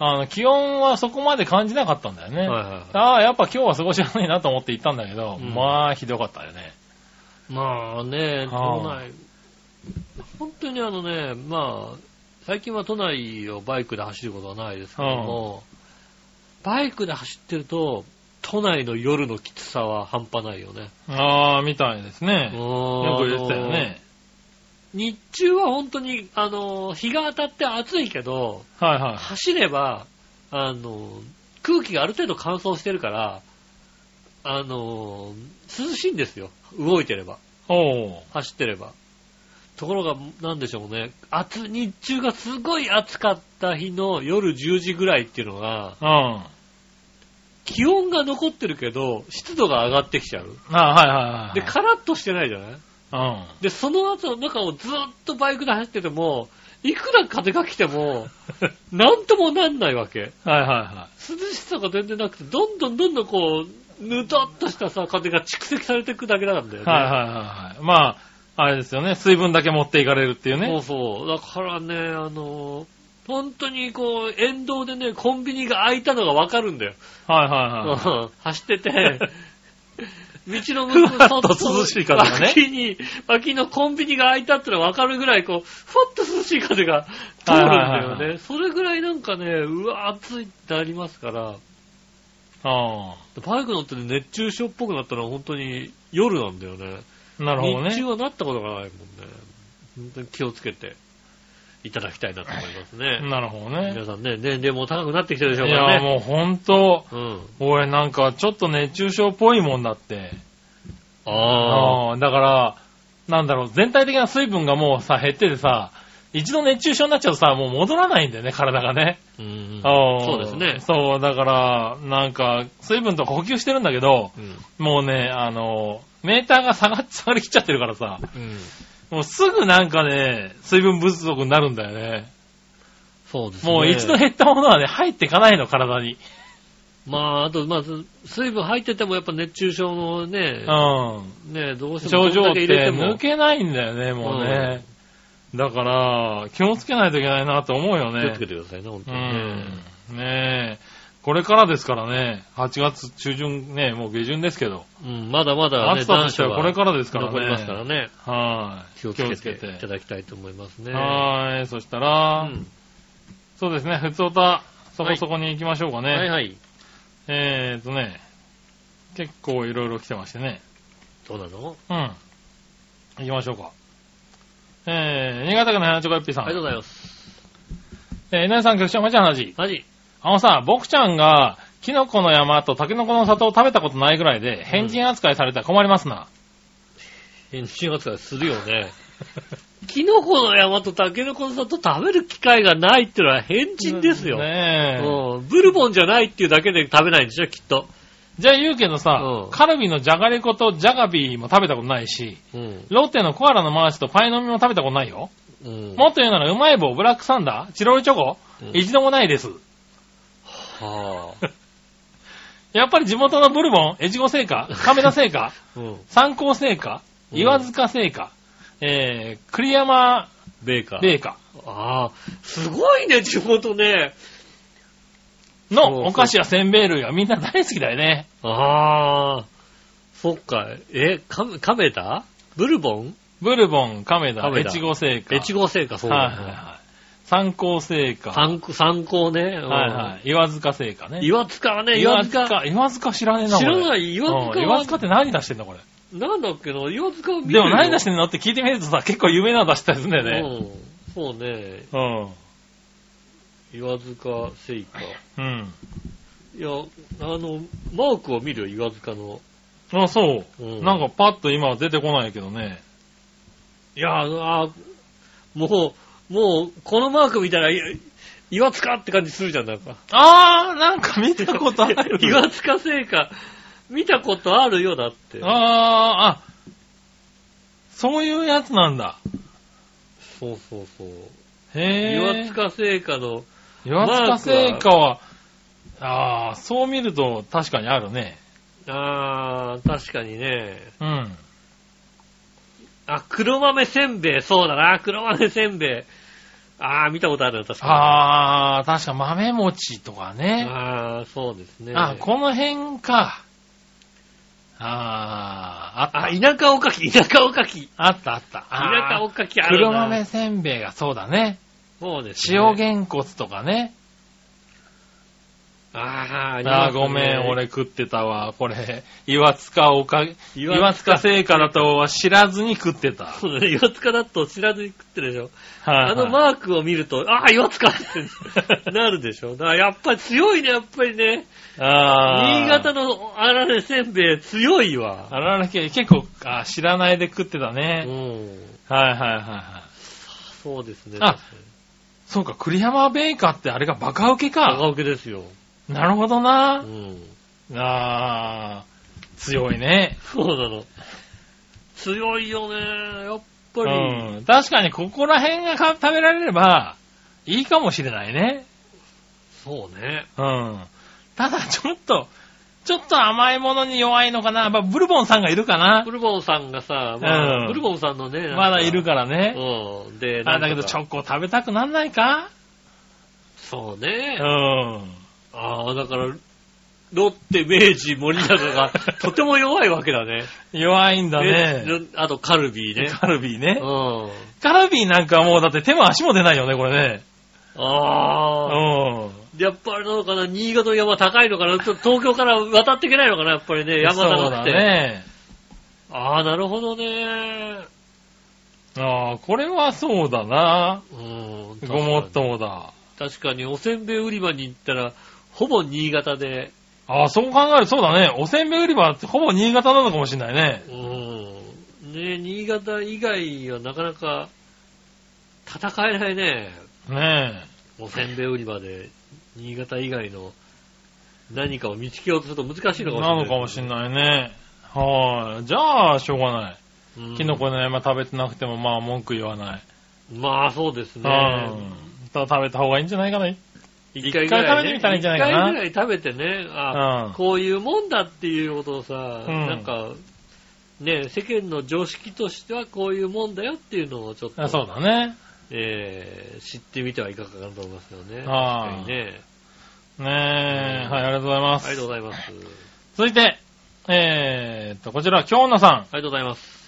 あの、気温はそこまで感じなかったんだよね。はいはいはああ、やっぱ今日は過ごしやすいなと思って行ったんだけど、うんまあ、ひどかったよね。い。まあね、はあ都内、本当にあのね、まあ、最近は都内をバイクで走ることはないですけども、バイクで走ってると、都内の夜のきつさは半端ないよね。ああ、みたいですね。よよく言ってたよ。ね。日中は本当に、あの、日が当たって暑いけど、はいはい。走れば、あの、空気がある程度乾燥してるから、あの、涼しいんですよ。動いてれば、おう。走ってれば。ところが、なんでしょうね。暑、日中がすごい暑かった日の夜10時ぐらいっていうのが、うん。あ気温が残ってるけど、湿度が上がってきちゃう。あ、はいはいはい。で、カラッとしてないじゃないうん。で、その後、中をずっとバイクで走ってても、いくら風が来 *laughs* ても、なんともなんないわけ。はいはいは涼しさが全然なくて、どんどんどんどんこう、ぬたっとしたさ、風が蓄積されていくだけなんだよい。ね。はいはいはいはい。まあ、あれですよね。水分だけ持っていかれるっていうね。そうそう。だからね、あのー本当にこう、沿道でね、コンビニが開いたのがわかるんだよ。はいはいはい。うん *laughs* 走ってて、道の向こうふわっと涼しい風がね脇に、脇のコンビニが開いたってのは分かるぐらい、こう、ふわっと涼しい風が通るんだよはいはいはいね。それぐらいなんかね、うわ、暑いってありますから、あバイク乗ってて熱中症っぽくなったのは本当に夜なんだよね。あ。なるほど日中ね。はなったことがないもんね。本当に気をつけていただきたいなと思いますね。なるほどね。皆さんね、年齢も高くなってきてるでしょういからや、ね。もうほんと、うん。俺なんかちょっと熱中症っぽいもんだって。ああ。ああ、だから、なんだろう、全体的な水分がもうさ、減っててさ、一度熱中症になっちゃうとさ、もう戻らないんだよね、体がね。うんああそうですね。そう、だから、なんか、水分とか補給してるんだけど、うん。もうね、あの、メーターが下がっ下がりきっちゃってるからさ、うん。もうすぐなんかね、水分不足になるんだよね。そうですね。もう一度減ったものはね、入ってかないの、体に。まあ、あと、まず、水分入っててもやっぱ熱中症のね、うん。ね、どうしても症状どっんだけて入れても抜けないんだよね、もうね。だから、気をつけないといけないなと思うよね。気をつけてくださいね、本当にね。うんねえ。これからですからね、8月中旬ね、もう下旬ですけど、うん、まだまだ、ね、暑さとしてはこれからですからね。残りますからね。はい。気をつけて気をいただきたいと思いますね。はい。そしたら、うんそうですね、ふつおた、そこそこに行きましょうかね。はいはい。えーとね、結構いろいろ来てましてね。どうなのうん。行きましょうか。えー、新潟県の花ちょこよっぴーさん。ありがとうございます。えー、稲井さん、局長、まちゃんの話。マジあのさ、僕ちゃんが、キノコの山とタケノコの里を食べたことないぐらいで、変人扱いされたら困りますな。編集扱いするよ *laughs* ね。キノコの山とタケノコの里食べる機会がないってのは変人ですよ。ねえ。うんブルボンじゃないっていうだけで食べないんでしょ、きっと。じゃあ言うけどさ、うんカルビのじゃがりことじゃがビーも食べたことないし、うん。ロッテのコアラのマーチとパイの実も食べたことないよ。うん。もっと言うなら、うまい棒、ブラックサンダー、チロルチョコ、うん一度もないです。は *laughs* あ。やっぱり地元のブルボン、越後製菓、亀田製 *laughs* 菓、うん。三幸製菓、うん岩塚製菓、えー、栗山ベーカー。米菓ああ、すごいね、地元ね。そうそうのお菓子やせんべい類はみんな大好きだよね。ああ、そっか。え、カメカメダブルボンブルボン、亀田、亀田越後製菓。越後製菓、そうはいはいだはい。三幸製ね。菓。参考参考ね。はいはいはい。岩塚製菓ね。岩塚はね、岩岩塚。塚、岩塚知らねえな、知らい。ない、岩う塚んは岩塚って何出してんだ、これ。なんだっけな、岩塚を見でも何出してんんのって聞いてみるとさ、結構有名なの出してたりするんだよね。ね。うん。そうね、うん。岩塚製菓。うん。いや、あの、マークを見るよ、岩塚の。あ、そうう。んなんかパッと今は出てこないけどね。いや、ああもう、もう、このマーク見たら、い岩塚って感じするじゃん、 *laughs* なんか。。あー、なんか見たことある *laughs* 岩塚製菓、見たことあるよ、だって。あー、あ、そういうやつなんだ。そうそうそう。へ岩ー。塚製菓の、岩塚製菓は、あー、そう見ると確かにあるね。あー、確かにね。うん。あ、黒豆せんべい、そうだな、黒豆せんべい。あー、見たことあるな、確かに。あー、確か豆餅とかね。あー、そうですね。あ、この辺か。あー、ああ、った。田舎おかき、田舎おかき。あったあった。田舎あおーかきあるな。黒豆せんべいがそうだね。そうです、ね。塩。げんこつとかね。あー、ありまあすー、ねごめん、。俺食ってたわ。これ、岩塚おか、岩塚岩塚製菓だとは知らずに食ってた。はいそうだね、岩塚だと知らずに食ってるでしょ。はい *laughs* あのマークを見ると、ああ、岩 *laughs* 塚ってなるでしょ。だからやっぱり強いね、やっぱりね。あー新潟のあられせんべい強いわ。あららけ、結構、あー知らないで食ってたうね。はいん。はいはいはい。そうですね。あそうか、栗山ベーカーってあれがバカウケ長か。岡ですよ。なるほどうな。ん。あー、強いね。そうなの。強いよね、やっぱり。うん、確かにここら辺がか食べられればいいかもしれないね。そうね。うん。ただちょっと、ちょっと甘いものに弱いのかな。まあ、ブルボンさんがいるかな *laughs* ブ。ルボンさんがさ、まあうんブルボンさんのね、なんかまだいるからね。うん。で、あだけどチょョコ食べたくなんないかそううね。ん。ああ、だから、ロッテ、明治、森永 *laughs* がとても弱いわけだね。弱いんだね。であとカルビーね。カルビーうね。ん。カルビーなんかもうだって手も足も出ないよね、これね。ああ、うやっぱあれなのかな、新潟の山高いのかな、ちょっと東京から渡っていけないのかな、やっぱりね、山そう高だくて。ね。ああ、なるほどね。ああ、これはそうだな。うん。ごもっともだ。確かに、おせんべい売り場に行ったら、ほぼ新潟で、ああ、そう考えるとそうだね。おせんべい売り場ってほぼ新潟なのかもしれないね。うん。ね新潟以外はなかなか、戦えないね。ねおせんべい売り場で、新潟以外の何かを見つけようとすると難しえ。いのかもしれない。なのかもしれないね。はい。じゃあ、しょうがない。うんキノコの山食べてなくても、まあ、文句言わない。まあ、そうですね。うん。ただ食べた方がいいんじゃないかな。一回ぐら一回食い、ね。べてみたらいいんじゃないかな一回ぐらい食べてね、あ、うん。こういうもんだっていうことをさ、うんなんか、ね、世間の常識としてはこういうもんだよっていうのをちょっと、あそうだね。えー知ってみてはいかがかなと思いますよね。確あーかにね。ねえ。うんはい、ありがとうございまありがとうす。ございます。続いて、えーっと、こちら、京女さん。ありがとうございます。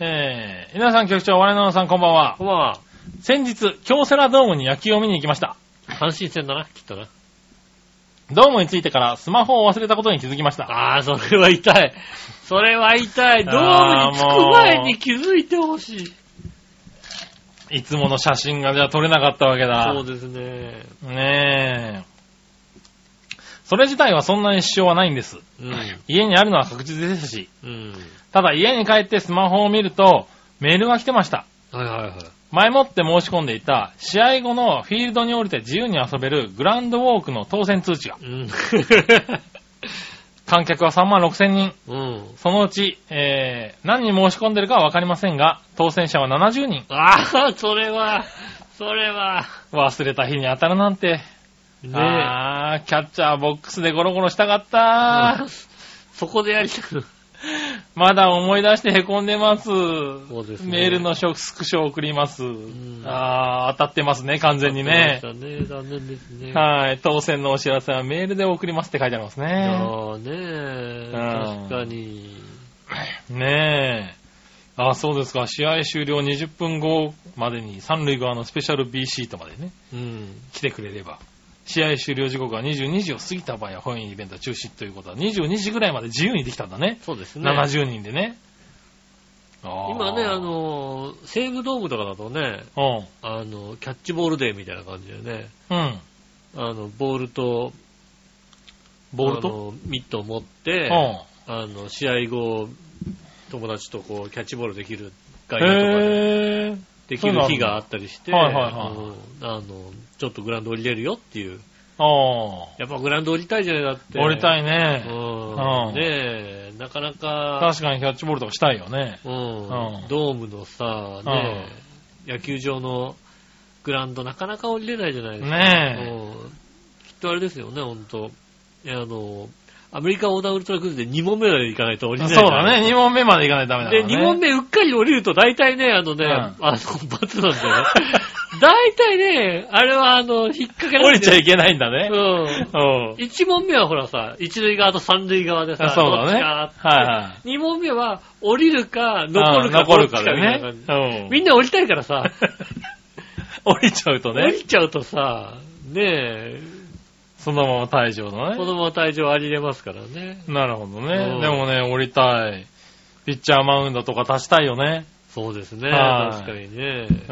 えー、皆さん局長、我々のさんこんばんは。こんばんは。先日、京セラドームに野球を見に行きました。阪神戦だな、きっとな。ドームに着いてからスマホを忘れたことに気づきました。ああ、それは痛い。それは痛い。ドームに着く前に気づいてほしい。いつもの写真がじゃあ撮れなかったわけだ。そうですね。ねえ。それ自体はそんなに支障はないんです。うん。家にあるのは確実ですし、うん。ただ家に帰ってスマホを見るとメールが来てました。はいはいはい。前もって申し込んでいた試合後のフィールドに降りて自由に遊べるグランドウォークの当選通知が。 *laughs* うん。観客は3万6千人。うん。そのうち、えー、何人申し込んでるかはわかりませんが、当選者は70人。ああ、それは、それは、忘れた日に当たるなんて。ねあー、キャッチャーボックスでゴロゴロしたかっえた。そこでやりたく *laughs* まだ思い出して凹んでます。うですねメールのショスクショを送ります。んあー、当たってますね、完全にねね。え。残念ですね。はい、当選のお知らせはメールで送りますって書いてありますいやね。ーねえ、うん確かに。ねえ。あー、そうですか。試合終了20分後までに三塁側のスペシャル B シートまでね。うん。来てくれれば、試合終了時刻は22時を過ぎた場合は本イベントは中止ということは、22時ぐらいまで自由にできたんだね。そうですね。 70人でね。あー今ね、あ、のー、西武ドームとかだとね、あの、キャッチボールデーみたいな感じでね、うん。うん。あの、ボールと、ボールとあのミットを持って、うあの、試合後、友達とこう、キャッチボールできるん。外野とかでへぇできる日があったりして、はいはいはいうんあの、ちょっとグラウンド降りれるよっていう。ー。あやっぱグラウンド降りたいじゃないだって。ー。降りたい。いうね。ん。うんねえ、なかなか、確かにキャッチボールとかしたいよね。うん、うんドームのさ、ねえ、野球場のグラウンドなかなか降りれないじゃないですか。ねうんきっとあれですよね、ほんと。いやあの、アメリカ横断ウルトラクイズで2問目まで行かないと降りえ。れないじゃそなういですか。だね。2問目までいかないとダメだからで、ね。 2問目うっかり降りると大体ね、あのね、うんあの、罰なんだよね。大体ね、あれはあの、引っ掛けら降れりちゃいいけないんだね。うん。うん。 1問目はほらさ、1塁側と3塁側でさ、そうだね。はいはい。 2問目は降りるか、残るか、うん残るかどっちみたいらな感じね。うん。みんな降りたいからさ、 *laughs* 降りちゃうと降ねり。ちゃうとさ、ねえ、そのまま退場のね。子供は退場ありれますからね。なるほどうんね。でもね、降りたい。ピッチャーマウンドとか足したいよね。そうですね、はい確かに *laughs* ね。うん。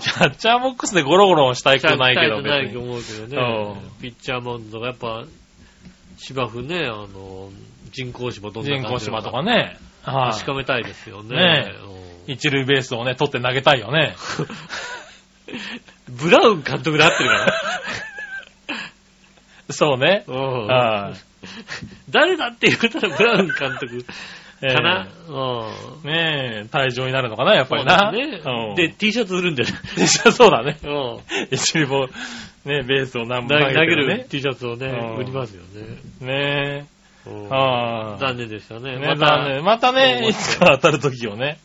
キャッチャーボックスでゴロゴロしたいちゃくんとないけど、鍛え別てないとに。思うけどねう。ピッチャーマウンドがやっぱ、芝生ね、あの、人工芝どんな感人じ工なの芝とかね。は確かめたいですよね。ねうい。一塁ベースをね、取って投げたいよね。 *laughs* んブラウン監督で合ってるから。 *laughs* そうね。うんはい。誰だって言ったらブラウン監 *laughs* 督かな。うんえーねえ、退場になるのかな、やっぱりな。そううんですねで、、T シャツ売るんだよね。そうだね。うん一塁ボール、ね、ベースを何投本投げげ投てげるるね。 T シャツをねう、ん売りますよね。ねうんえ。ああ。残念でしたね。ねまた残念またね、いつか当たる時をね。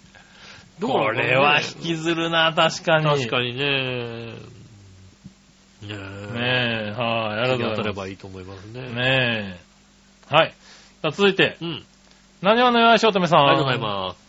どうこれは引きずるな、確かに。確かにね。ねえ。ねえ、はい、あありがとうりがごとざれいまばいいと思いますね。す。ねえ。はい。じゃあ続いて、うん。何話のよしおとめさん。ありがとうございます。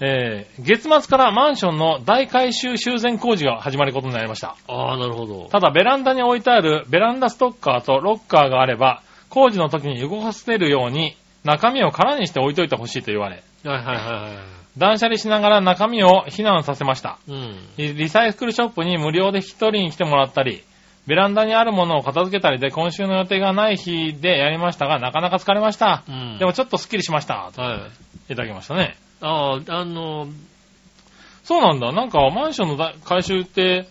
えー月末からマンションの大改修修繕工事が始まることになりました。ああ、なるほど。ただ、ベランダに置いてあるベランダストッカーとロッカーがあれば、工事の時に動かせるように、中身を空にして置いといてほしいと言われ、はいはいはいはい。断捨離しながら中身を避難させました。うん。リリサイクルショップに無料で引き取りに来てもらったり、ベランダにあるものを片付けたりで今週の予定がない日でやりましたが、なかなか疲れました。うん。でも、ちょっとスッキリしました。とはい。いただきましたね。ああ、あの、そうなんだ。なんかマンションのだ改修って、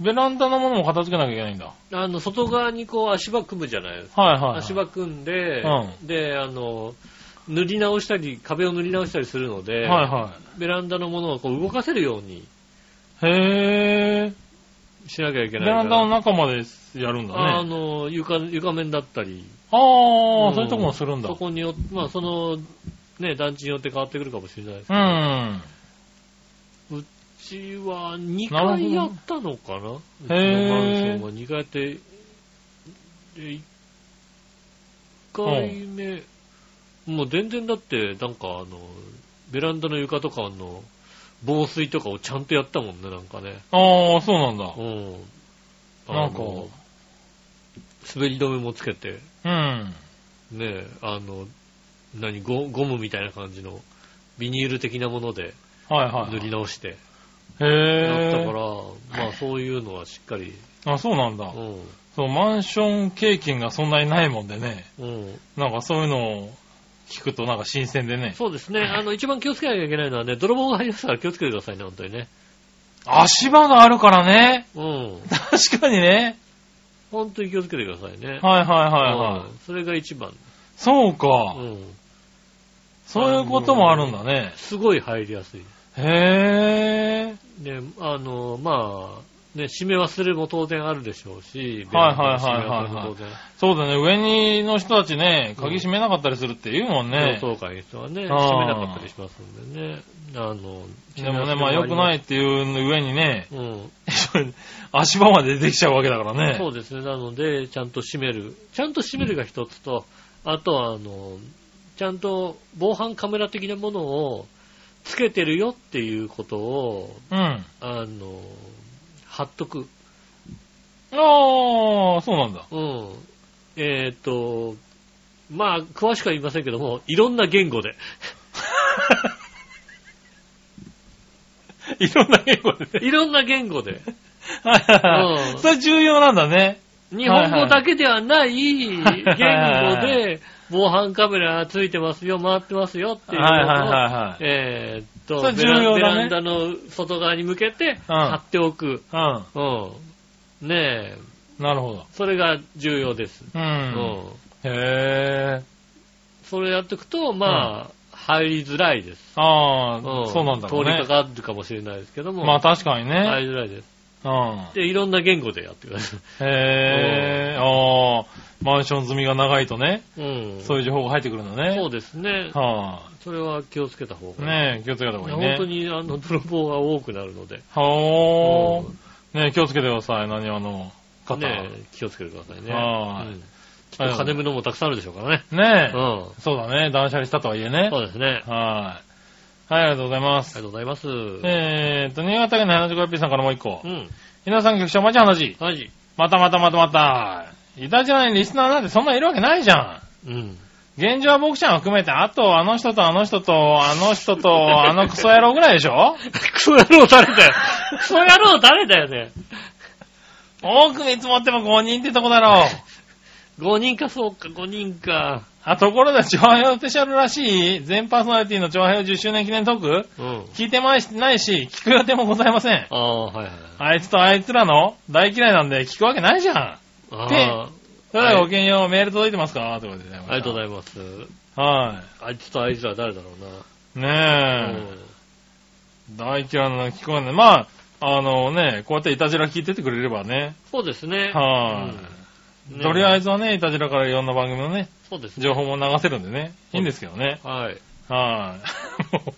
ベランダのものも片付けなきゃいけないんだ。あの、外側にこう足場組むじゃないはいはい、はい。足場組んで、うで、あの、塗り直したり、壁を塗り直したりするのはで、いはベランダのものをこう動かせるようにい。へぇー。しなきゃいけベないから。ランダの中までやるんだあね。の、床、床面だったり、あー、んそういうとこもするんだ。そこによって、まあその、ね、団地によって変わってくるかもしれないですけう。ど、うんちは2なるほど回やったのかなうちのマンへーションは2回やって、1回目、もう全然だって、なんかあの、ベランダの床とかの防水とかをちゃんとやったもんね、なんかね。あー、そうなんだう。ん。なんかあの滑り止めもつけて。うん。ねえ、あの、何ゴ、ゴムみたいな感じの、ビニール的なものではいはい。塗り直して、やったへから、ぇまあそういうのはしっかり、ー。あ、そうなんだう。ん、そう、マンション経験がそんなにないもんでね。うん。なんかそういうのを聞くとなんか新鮮でね。そうですね、あの、一番気をつけなきゃいけないのはね、泥棒が入りますから気をつけてくださいね、本当にね。足場があるからね。うん。確かにね。本当に気をつけてくださいはいね。はいはいはうい。んそれが一番。そううか。ん。そういうこともあるんだね。すごい入りやすい。へぇね、あの、まあ、ね、締め忘れも当然あるでしょうし、はいはいはいはいはいベランダの締め忘れも当然。そうだね、上にの人たちね、鍵閉めなかったりするって言うもんね。同窓会の人はね、あー閉めなかったりしますんでね。あの、。でもね、まあ良くないいっていう上にね、うん。 *laughs* 足場まで出てきちゃうわけだからね。そうですね。なので、ちゃんと閉める。ちゃんと閉めるが一つと、あとは、あの、ちゃんと防犯カメラ的なものをつけてるよっていうことを、うん。あの、貼っとく。ああ、そうなんだ。 *laughs* うん。えっ、と、まあ、詳しくは言いませんけども、いろんな言語で。 *laughs* いろんな言語でね。いろんな言語で。はいはいはうんい。 *laughs* それ重要なんだね。日本語だけではない言語はいはいで、防犯カメラついてますよ、回ってますよってはいいうのを、はいはえーっとそれベラ重要ベだねランダの外側に向けて貼っておく。いはうん。ねい。え、うん。なるほど。それが重要です。ううんん。。へえ。それやっておくと、まあ、入りづらいです。ああ、うん。そうなんだろう通りかね。かるかもしれないですけども。まあ確かに入ね。りづらいです。うん。で、いろんな言語でやってください。へえ。ああ、マンション済みが長いとね、うん。そういう情報が入ってくるんだね。そうですね。はあ。それは気をつけた方がいねい。え、気をつけた方がいいね。本当にあの泥棒が多くなるので、はうんあ。ねえ、気をつけてください。何あの方。ねね、気をつけてくださいね。はいうんきっと金目のもたくさんあるでしょうからね。え。うん。そうだね。断捨離したとはいえね。そはいうですね。あ。はい、ありがとうございまりがす。とうございます。うえーっと、新潟県の花子 p さんからもう一個。ん。皆さん局長、マジ話。マジ。またまたまたまた。いたじゃないリスナーなんてそんなんいるわけないじゃん。うん。現状は僕ちゃんを含めて、あとあの人とあの人と、あの人と、あのクソ野郎ぐらいでしょクソ野郎誰 *laughs* だよ。クソ野郎誰だよね。多く見積もっても5人ってとこだろう。 5人かそうか、5人か。あ、ところで、長編スペシャルらしい、全パーソナリティの長編10周年記念トークうん。聞いてまいないし、聞く予定もございません。ああ、はいはいはい。あいつとあいつらの大嫌いなんで聞くわけないじゃん。あそれでははいごきげんよう、メール届いてますかということでございまあ、す。ありがとうごいざいます。ます。はあいつとあいつら誰だろうい。ねな。え、大嫌いなの聞こえない。まあ、あのね、こうやっていたじら聞いててくれればね。そうですね。はい、うんとりあえず。ずはね、いたじらからいろんな番組のね、そうですね。情報も流せるんでね、いいんですけどね。はい。はい。 *laughs* もう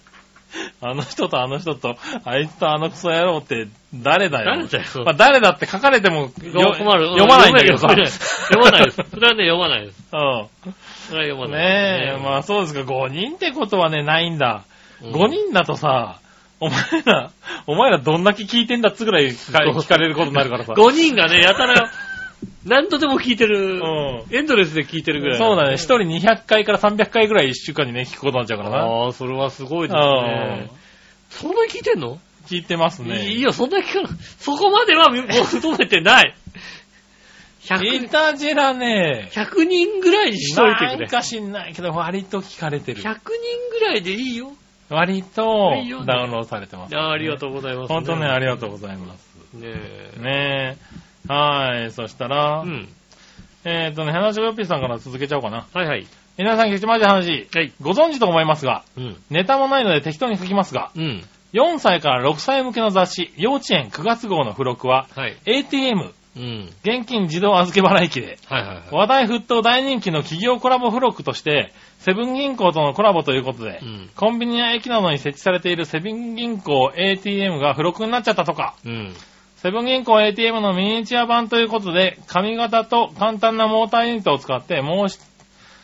あの人とあの人と、あいつとあのクソ野郎って誰だよ。誰だよまあ、誰だって書かれてもよよ困る。読まないんだけどさ。読まない *laughs* です。読まないですそれはね、読まないでうす。それは読まん。ないです。ねえ、まあそうですか、5人ってことはね、ないんだ。うん5人だとさ、お前ら、お前らどんだけ聞いてんだっつぐらい聞か聞かれることになるからさ。 5人がね、やたら、何度でも聞いてる、うエンドレスで聞いてるぐらい。そうだね。一人200回から300回ぐらい1週間にね、聞くことになっちゃうからな。ああ、それはすごいですねう。そんなに聞いてんの、ん聞いてますね。いいよ、そんなに聞かない。そこまではみ求めてない。イ 100, タジェラね、 100人ぐらいにしといてなくれ。ん100か知んないけど、割と聞かれてる。人ぐらいでいいよ。割といいよねダウンロードされてます、あーありがとううございます、本当ね、ありがとうございます。ねえ。ねえ。はい。そしたら、うん。えっ、とね、話しごよっぴーさんから続けちゃおうかな。はいはい。皆さん聞きました話。はい。ご存知と思いますが、うん。ネタもないので適当に書きますが、うん。 4歳から6歳向けの雑誌、幼稚園9月号の付録は、はい。 ATM、うん。現金自動預け払い機で、はいはいは話題沸騰大人気の企業コラボ付録として、セブン銀行とのコラボということで、い。うん。コンビニや駅などに設置されているセブン銀行 ATM が付録になっちゃったとか、うん。セブン銀行 ATM のミニチュア版ということで、髪型と簡単なモーターユニットを使って申し、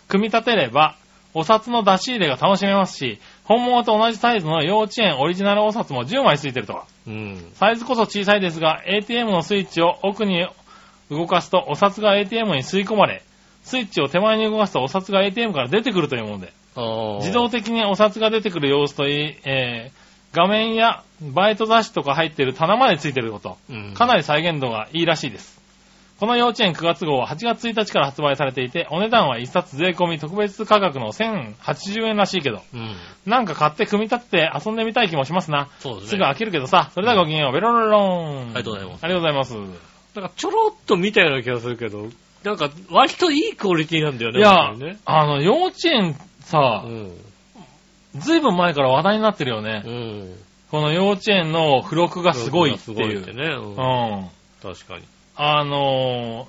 組み立てれば、お札の出し入れが楽しめますし、本物と同じサイズの幼稚園オリジナルお札も10枚付いてるとか。うん。サイズこそ小さいですが、ATM のスイッチを奥に動かすとお札が ATM に吸い込まれ、スイッチを手前に動かすとお札が ATM から出てくるというもので、ああ。自動的にお札が出てくる様子といい、えー画面やバイト雑誌とか入ってる棚までついてること、うん。かなり。り再現度がいいらしいです。この幼稚園9月号は8月1日から発売されていて、お値段は1冊税込み特別価格の1080円らしいけど、うん。なんか買って組み立てて遊んでみたい気もしますな。そうですすね。ぐ飽きるけどさ、それではごきげんよう、ベロロローン。ありがとうございますありがとうございます。なんかちょろっと見たような気がするけど、なんか割といいクオリティなんだよね。い本当にやね、あの、幼稚園さう、ん。ずいぶん前から話題になってるよねう。ん。この幼稚園の付録がすごいってすごいいってう。ね。ううんん。確かに。あの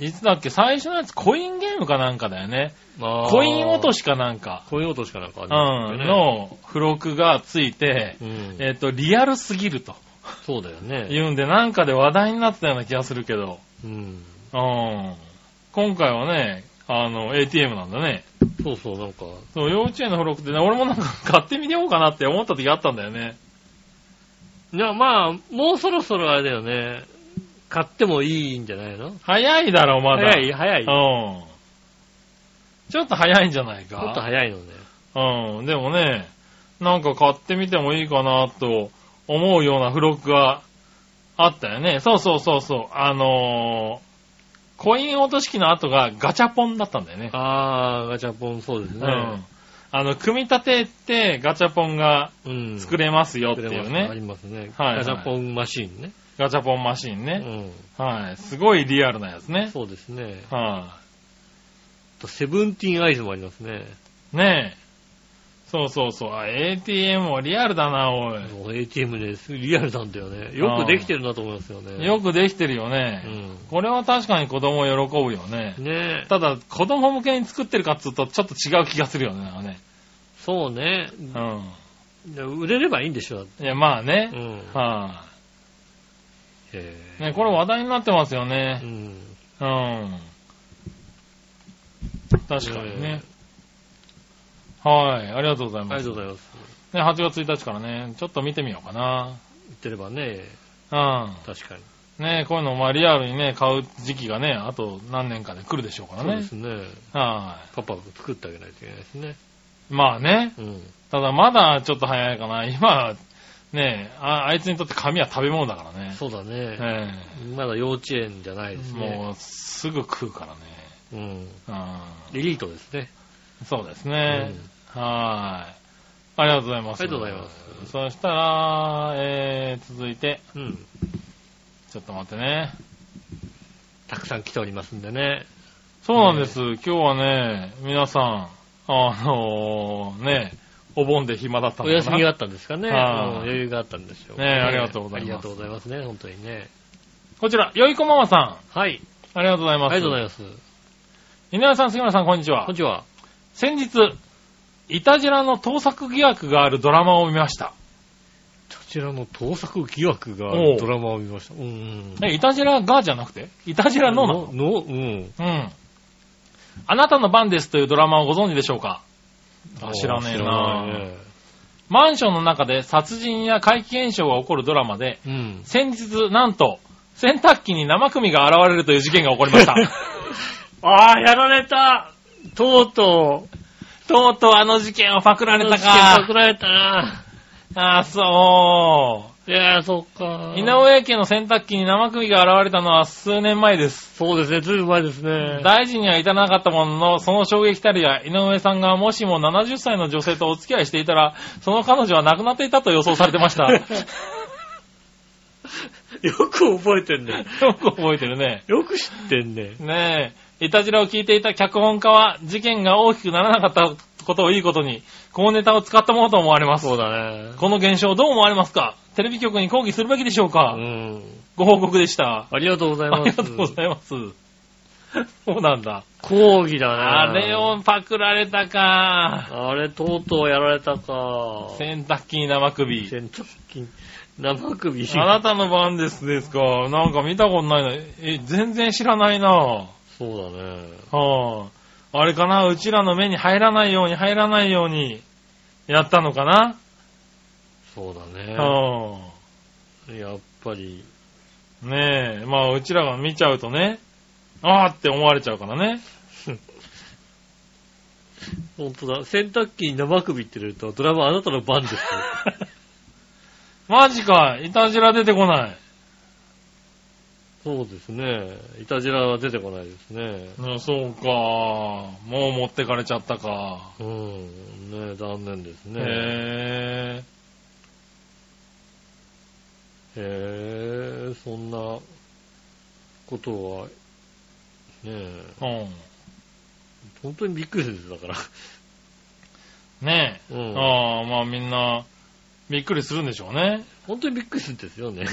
ー、いつだっけ、最初のやつコインゲームかなんかだよね。あーコイン落としかなんか、コイン落としかなんかあうん、るんだよね。の付録がついて、うんえっと、リアルすぎるとそうだよいね。うんで、なんかで話題になってたような気がするけど。うん。うん。今回はね、あの、ATM なんだね。そうそう、なんか、そう、幼稚園の付録ってね、俺もなんか買ってみようかなって思った時あったんだよね。いや、まあ、もうそろそろあれだよね。買ってもいいんじゃないの早いだろ、まだ。早い、早うい。んちょ。ちょっと早いんじゃないか。っと早いのね。うん。でもね、なんか買ってみてもいいかなと思うような付録があったよね。そうそうそうそう。あのーコイン落とし機の後がガチャポンだったんだよね。あー、ガチャポン、そうですうね。ん。あの、組み立てってガチャポンがうん。作れますよって作いれますうね。ありね。ますね。はいはガいチャポンマシーンね。ガチャポンマシーンうね。ん。はい。すごいリアルなやつね。そうですね。はあと、セブンティーンアイズもありますね。い。ねえ。そうそうそう。あ ATM もリアルだな、おい。もう ATM です。リアルなんだよね。よくできてるなと思いますよね。よくできてるよく。うね。ん。これは確かに子供喜ぶよね。ねえ。ただ、子供向けに作ってるかっつうと、ちょっと違う気がするよね、なんかね。そうね。う売れればいいんでしょ。だってん。いや、まあねう。ん。はへい、えね、これ話題になってますようね。ん。うん。確かにね。はい、ありがとうございあまりがす。とね、うございます。 8月1日からね、ちょっと見てみようか言ってればね、な。確かに。うん。ね、こういうの、まあ、リアルにね、買う時期がね、あと何年かで来るでしょうからそうでねす。ね。はパパが作ってあげないといけないですね。い。まあね、うん。ただまだちょっと早いかな。今、ねあ、あいつにとって紙は食べ物だからね。そうだね。えまだ幼稚園じゃないえですね。もうすぐ食うからね。うん。うエリートですね。ん、そうですうね。んはーい。ありがとうございます。。ありがとうございますそしたら、えー、続いて、うん。ちょっと待ってね。たくさん来ておりますんでね。そうなんです。今日はね、皆さん、あのー、ね、お盆で暇だったおのかな休みがあったんですかね。うんはい余裕があったんでしょうかねえありがとうございますありがとうございますね、本当にね。こちら、よいこママさん。はい。ありがとうございあます。りがとうございます。井上さん、杉村さん、こんにちはこん。にちは。先日、イタジラの盗作疑惑があるドラマを見ました。こちらの盗作疑惑があおるうドラマを見ました。うんうん。え、イタジラがじゃなくてイタジラのなのののうん。うん。あなたの番ですというドラマをご存知でしょうかああ知らねえな知らいねマンションの中で殺人や怪奇現象が起こるドラマで、うん。先日、なんと、洗濯機に生首が現れるという事件が起こりま *laughs* した。ああ、やられた。とうとう。とうとうあの事件をパクられたパかク。られたな。ああ、そいやー、そっかう。。井上家の洗濯機に生首が現れたのは数年前です。そうですね、ずいぶん前ですね。大事には至らなかったものの、その衝撃たるや、井上さんがもしも70歳の女性とお付き合いしていたら、その彼女は亡くなっていたと予想されてま *laughs* した。よよく覚えてんね。く覚えてるね。よく知ってんね。ねえ、いたじらを聞いていた脚本家は事件が大きくならなかったことをいいことに、このネタを使ったものと思われます。そうだね。この現象どう思われますかテレビ局に抗議するべきでしょうか、うん。ご報告でした。ありがとうございあます。りがとうございます。そうなんだ。抗議だね。あれ。をパクられたか。あれ、とうとうやられたか。洗濯機に生首。洗濯機、生首。あなたの番ですですか。なんか見たことないな。え、全然知らないな。そうだね。はあ、あれかな、うちらの目に入らないように入らないようにやったのかな。そうだね。はやっぱり、あ、ねえ、まあうちらが見ちゃうとね、ああって思われちゃうからね。ほんとだ。洗濯機に生首って入れると、ドラマあなたの番 *laughs* ですよ。 *laughs* マジか、いたじら出てこない。そうですね。いたじらは出てこないですね。あそうか、もう持ってかれちゃったか。うん。ね残念ですね。へえ、へえ、そんなことは、ねえ、う本当にびっくりです、だから。ん。ねえ、うんああ、まあみんな、びっくりするんでしょう *laughs* ね。本当にびっくりするんですよね。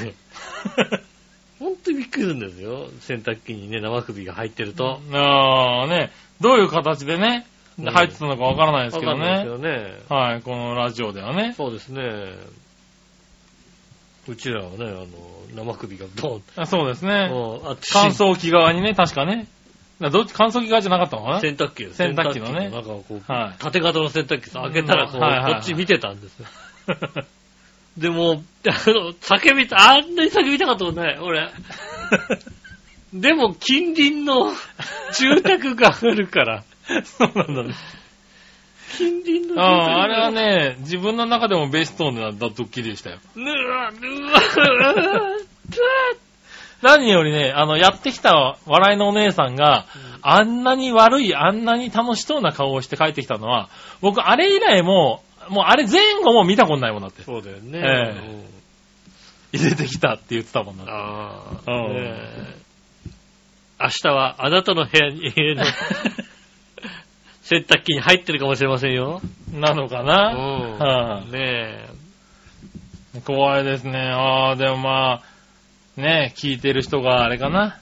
本当にびっくりするんですよ。洗濯機にね、生首が入ってると。わ、ああ、ね、どういう形でね、うん入ってたのかわからないですけかどんないですね。よね。はい、このラジオではね。そうですね。うちらはね、あの、生首がドン。あそうですね。うんあっち乾燥機側にね、確かね。だどっち乾燥機側じゃなかったのかな洗濯機です洗濯機のね洗濯機の中をこう、はい *laughs* 縦型の洗濯機さ、開けたらこう、うんはいはいはいこっち見てたんですよ。でも、あの、叫びた、あんなに叫びたかったことない、 *laughs* 俺。でも、近隣の住宅があるから。 *laughs* そうなんだね。近隣の住宅ああ、あれはね。ね、自分の中でもベストなドッキリでしたよ。ぬわ、ぬわ、うわ何よりね、あの、やってきた笑いのお姉さんが、あんなに悪い、あんなに楽しそうな顔をして帰ってきたのは、僕、あれ以来もう、もうあれ前後も見たことないもんだって。そうだよね。ええうん入れてきたって言ってたもんな。ああ、うんねえ明日はあなたの部屋に、*laughs* 家の洗濯機に入ってるかもしれませんよ。なのかうな、はん。ねえ。怖いですね。ああ、でもまあ、ね、聞いてる人があれかな。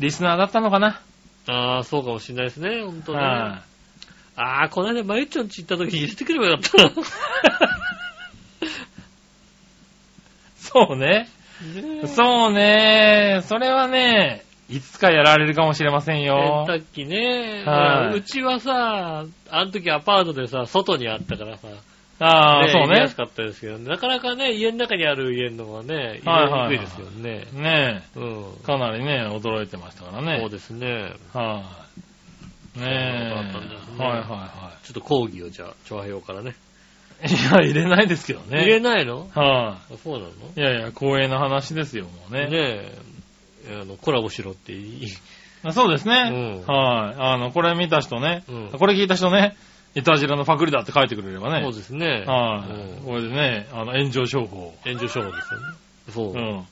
リスナーだったのかな。ああ、そうかもしれないですね、本当ね。はああ、この間、マユッチョンち行った時に入れてくればよかったな。いそうね。ねえそうね。それはね、いつかやられるかもしれませんよ。洗濯機ね。はいうちはさ、あの時アパートでさ、外にあったからさ、ああ、ねそう入れやねす。かったですけど、なかなかね、家の中にある家のはね、はい入はいはいれにくいですよね。ねうん。え、かなりね、驚いてましたからね。そうですね。はい、そんなねことあったんですえ、ねはいはちょっと講義をじゃあ、長平からね。いはい。いや、入れないですけどね。入れないのはあそうなのい、いやいや、光栄な話ですよ、もうね。ねえ。あの、コラボしろって言い、あそうですね。うんはい。あの、これ見た人ね、うんこれ聞いた人ね、いたじらのパクリだって書いてくれればね。そうですね。はい、うんこれでね、あの、炎上商法。炎上処方ですよね。そうう。ん。ね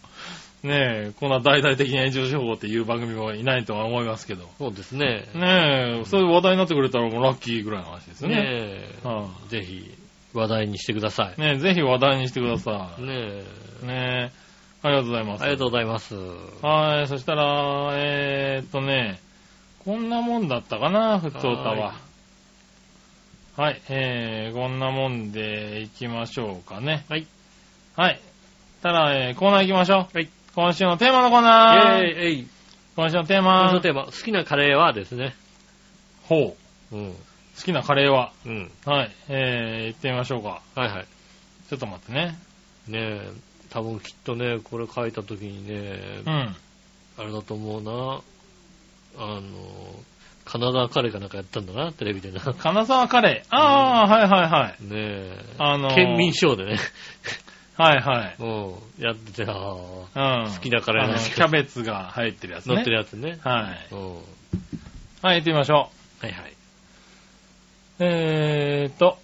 え、こんな大々的に炎上商法っていう番組もいないとは思いますけど。そうですね。ねえ、そういう話題になってくれたらもうラッキーぐらいの話ですよね。ねえ。はぜひ、話題にしてください。ねえ、ぜひ話題にしてください。ねえ。い。ねえ、ありがとうございます。ありがとうございます。はい、そしたら、えー、っとね、こんなもんだったかな、ふつおたはは。はい、えー、こんなもんで行きましょうかね。はい。はい。たら、えー、コーナー行きましょう。はい。今週のテーマのコーイナェー。ーイえい。今週のテー今週のマテーマ、好きなカレーはですね。ほう。うん。好きなカレーはうん。はい、えー、行ってみましょうか。はいはい。ちょっと待ってね。ねえ、多分きっとね、これ書いた時にね、うん。あれだと思うな、あの、金沢カレーかなんかやったんだな、テレビでな。ね金沢カレー。ああ、はいはいはい。え、あのー県民ショー *laughs* でね、はいはい。うん、やってて、あーうん。好きなカレーなんですけどあのキャベツが入ってるやつね。乗ってるやつね。はい。うんははい、行ってみましょいはい。う。えーっと、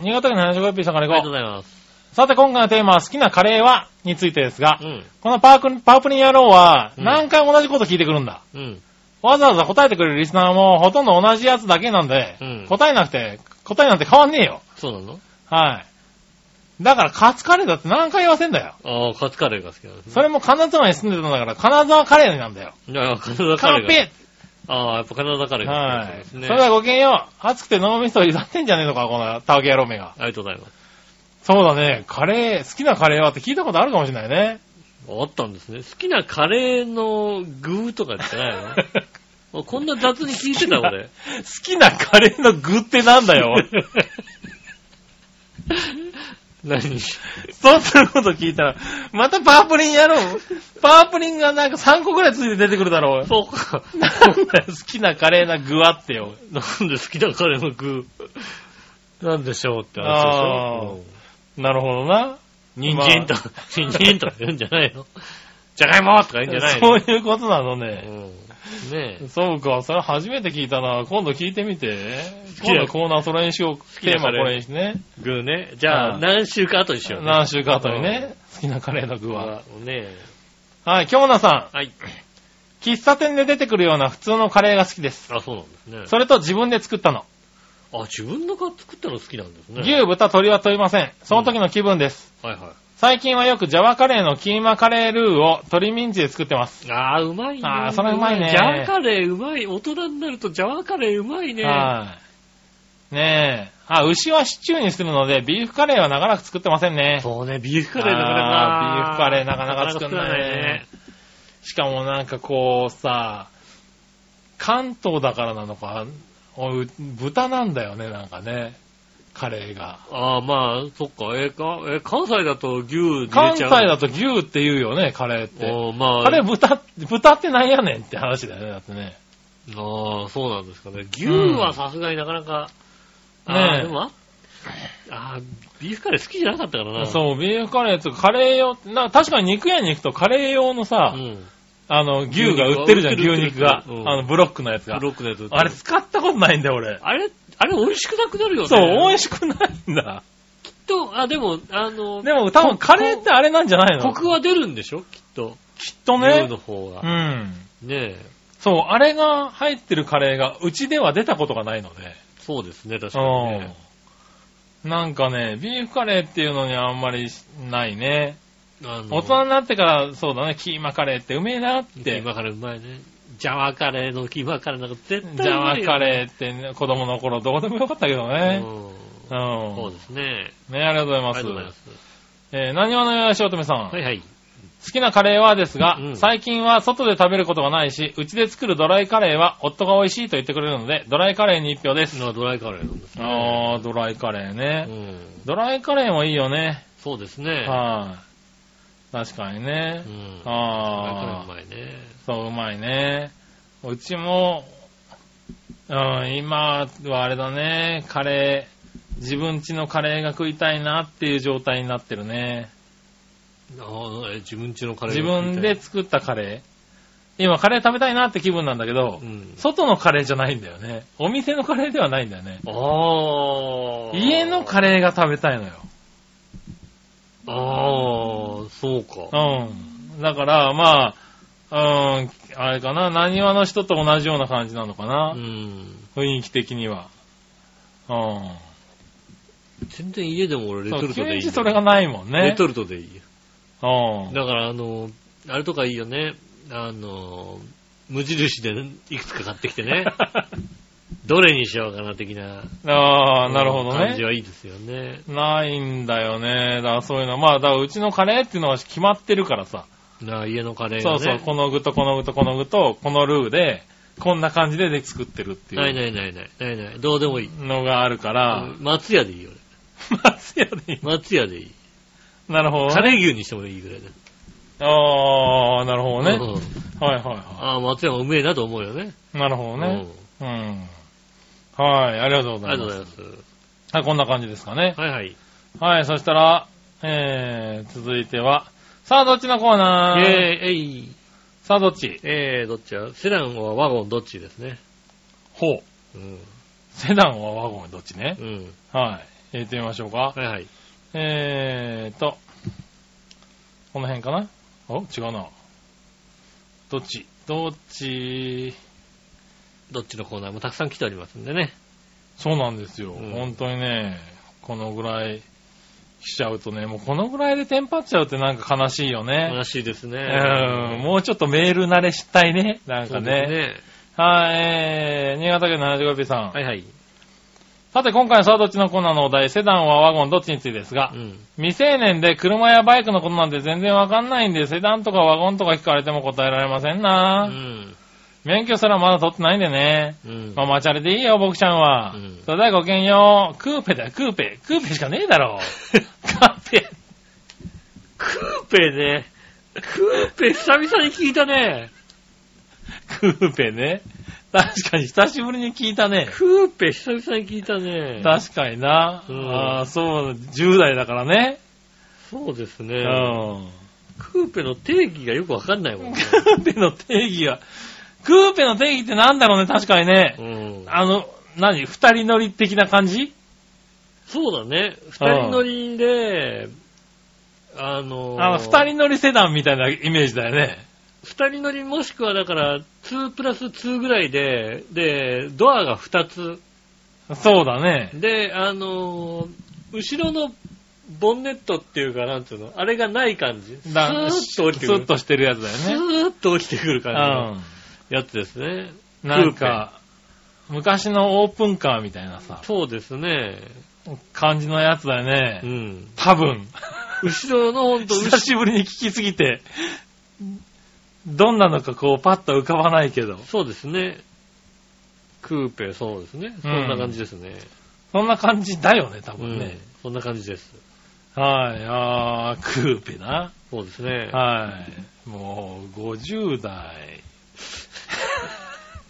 新潟県の話しごぴーさんかあらりが行とうこございます。う。さて、今回のテーマは好きなカレーはについてですが、うん、このパークパープリン野郎はうん何回も同じこと聞いてくるんだ。うん、わざわざ答えてくれるリスナーもほとんど同じやつだけなんで、うん答えなくて、答えなんて変わんねえよ。そうなのはい。だからカツカレーだって何回言わせんだよ。ああ、カツカレーが好きなんですね。それも金沢に住んでたんだから、金沢カレーなんだよ。いやいや、金沢カカレンーが。ペああ、やっぱ金沢カレーが好きは。ないんですそね。れではごきげんよう。暑くて脳みそをゆだってんじゃねえのか、このタワケ野郎めが。ありがとうございます。そうだね。カレー、好きなカレーはって聞いたことあるかもしれないね。あったんですね。好きなカレーの具とかじゃ *laughs* ないのこんな雑に聞いてた、 *laughs* *laughs* 俺。好きなカレーの具ってなんだよ。 *laughs* 何そうすること聞いたら、またパープリンやろう。パープリンがなんか3個ぐらいついて出てくるだろう。そうか。なんだよ、好きなカレーな具はってよ。なんで好きなカレーの具なんでしょうってあー話でしょ。なるほどな。人参とか、人参とか言うんじゃないのじゃがいもとか言うんじゃないそのういうことなのうね。んねえ。そうか、それ初めて聞いたな。今度聞いてみて。きな今度コーナーそれにしよう。きなテーマカこレーれにしてね。具ね。じゃうあ、ん何週か後にしようね。何週か後にね。好きなカレーの具は。うん。ねえ。はい、京奈さはい。ん。喫茶店で出てくるような普通のカレーが好きです。あ、そうなんですね。それと自分で作ったの。あ、自分の作ったの好きなんですね。牛、豚、鶏は問いません。その時の気分です。はいは最近はよくジャワカレーのキーマカレールーを鶏ミンチで作ってます。い。ああ、うまいね。あーそれうまいねジャワカレーうまい。大人になるとジャワカレーうまいね。はい。ねえ。あ、牛はシチューにするので、ビーフカレーは長らく作ってませんね。そうね、ビーフカレーなかなあーか。ビーフカレーなかなか作んないねしかもなんかこうさ、関東だからなのか、おいう豚なんだよね、なんかね。カレーが。ああ、まあ、そっか、えーか、えー関西だと牛入れちゃ関う。西だと牛って言うよね、カレーって。おーまあ、カレー豚、豚ってなんやねんって話だよね、だってね。ああ、そうなんですかね。牛はさすがになかなか、うんああ、ねえでもあ、ああ、ビーフカレー好きじゃなかったからな。う。そう、ビーフカレーとかカレー用、な確かに肉屋に行くとカレー用のさ、うん。あの、牛が売ってるじゃん、牛牛肉肉が。売ってる売ってるあの、ブロックのやつがブ。ロックのやつ。あれ使ったことないんだよ、俺。あれ、あれ美味しくなくなるよね。そう、美し味しくないんだ。くと、あ、でも、あの、でも、多分カレーってあれなんじゃないのコクは出るんでしょきっと。きっと牛ねの。方うが。ん。ねえ。そう、あれが入ってるカレーが、うちでは出たことがないので。そうですね、確かにね。うん。なんかね、ビーフカレーっていうのにあんまりないね。あの大人になってから、そうだね、キーマカレーってうめえなっキてー。マカレーうまいね。ジャワカレーのキーマカレーなんか絶対うジャまワいよカレーってね、子供の頃どうでもよかったけどね。う。うんんそうですね。ね、ありがとうあごりざがいとうごまざいすま。す。えー、何話のよしおとめさん。はいはい。好きなカレーはですが、うん最近は外で食べることがないし、うちで作るドライカレーは夫が美味しいと言ってくれるので、ドライカレーに一票です。のドライカレーなんですね。あー、ドライカレーねう。ん。ドライカレーもいいよね。そうですね。はい、確かにねう。ん。ドライあカー、レーうまいね。そう、うまいね。うちも、うん、今はあれだね、カレー、自分家のカレーが食いたいなっていう状態になってるね。ああ、え自分家のカレー自が食いたい。分で作ったカレー。今、カレー食べたいなって気分なんだけど、うん。外のカレーじゃないんだよね。お店のカレーではないんだよね。ああ。家のカレーが食べたいのよ。ああ、そうか。うん。だから、まあ、うん、あれかな、何話の人と同じような感じなのかなう。ん。雰囲気的には。うん。全然家でも俺レそトう、ルト急でいいによ。それがないもんね。レトルトでいいよ。うん。だからあの、あれとかいいよね。あの、無印でいくつか買ってきてね。どれにしようかな的な。ああ、なるほど感じね。はいいですよね。ないんだよね。だからそういうの。まあ、だからうちのカレーっていうのは決まってるからさ。なあ家のカレーがそね。うそう、この具とこの具とこの具と、このルーで、こんな感じでで作ってるってないいうないないない。ないない。どうでもいい。 *laughs* のがあるから、松屋でいいよ。松屋でいい。俺松屋でいい。なるほどカね。レー牛にしてもいいぐらいで。ああ、なるほどね。うんはいはいはああ、松山うめえなと思うよね。い。なるほどうんね。うん。はい、ありがとうござありがいとまうごす。ざいます。はい、こんな感じですかね。はいはい。はい、そしたら、えー、続いては、さあ、どっちのコーナーえー、えい。さあ、どっちえー、どっちやセダンはワゴンどっちですね。ほう。うん。セダンはワゴンどっちね。うん。はい。入れてみましょうか。はいはい。えーと、この辺かなお違うな。どっちどっちどっちのコーナーもたくさん来ておりますんでね。そうなんですよ。うん本当にね、このぐらいしちゃうとね、もうこのぐらいでテンパっちゃうってなんか悲しいよね。悲しいですね。うん、もうちょっとメール慣れしたいね。なんそかうですね。はい、えー、新潟県 75P さん。はいはい。さて今回のさあどっちのコーナーのお題、セダンはワゴンどっちについてですがう、ん。未成年で車やバイクのことなんて全然わかんないんで、セダンとかワゴンとか聞かれても答えられませんうな、ん。免許すらまだ取ってないんでね。うん。まあ、マチャレでいいよ、僕ちゃんは。うんそれではごきげんよう。クーペだよ、クーペ。クーペしかねえだ *laughs* ろ。クーペ。クーペね。クーペ久々に聞いたね。クーペね。確かに久しぶりに聞いたね。クーペ久々に聞いたね。確かにな。うんああ、そう、10代だからね。そうですうね。ん。クーペの定義がよくわかんないもんね。クーペの定義が、クーペの定義ってなんだろうね、確かにねう。ん。あの、何二人乗り的な感じそうだね。二人乗りで、あのーあの、二人乗りセダンみたいなイメージだよね。二人乗りもしくはだから、2プラス2ぐらいで、で、ドアが2つ。そうだね。で、あのー後ろのボンネットっていうか、なんていうの、あれがない感じ。スーだッと降りてくスるッ。としてるやつスだよね。ーッと降りてくるう感ん。じのやつですね。なんか、昔のオープンカーみたいなさ、そうですね。感じのやつだようね。ん。多分。後ろのほんと、後久しぶりに聞きすぎて、どんなのかこうパッと浮かばないけど、そうですね。クーペ、そうですね。そんな感じですね。そんな感じだよね、多うん分ね。そんな感じです。はい、あー、クーペな。そうですね。はい。もう、50代。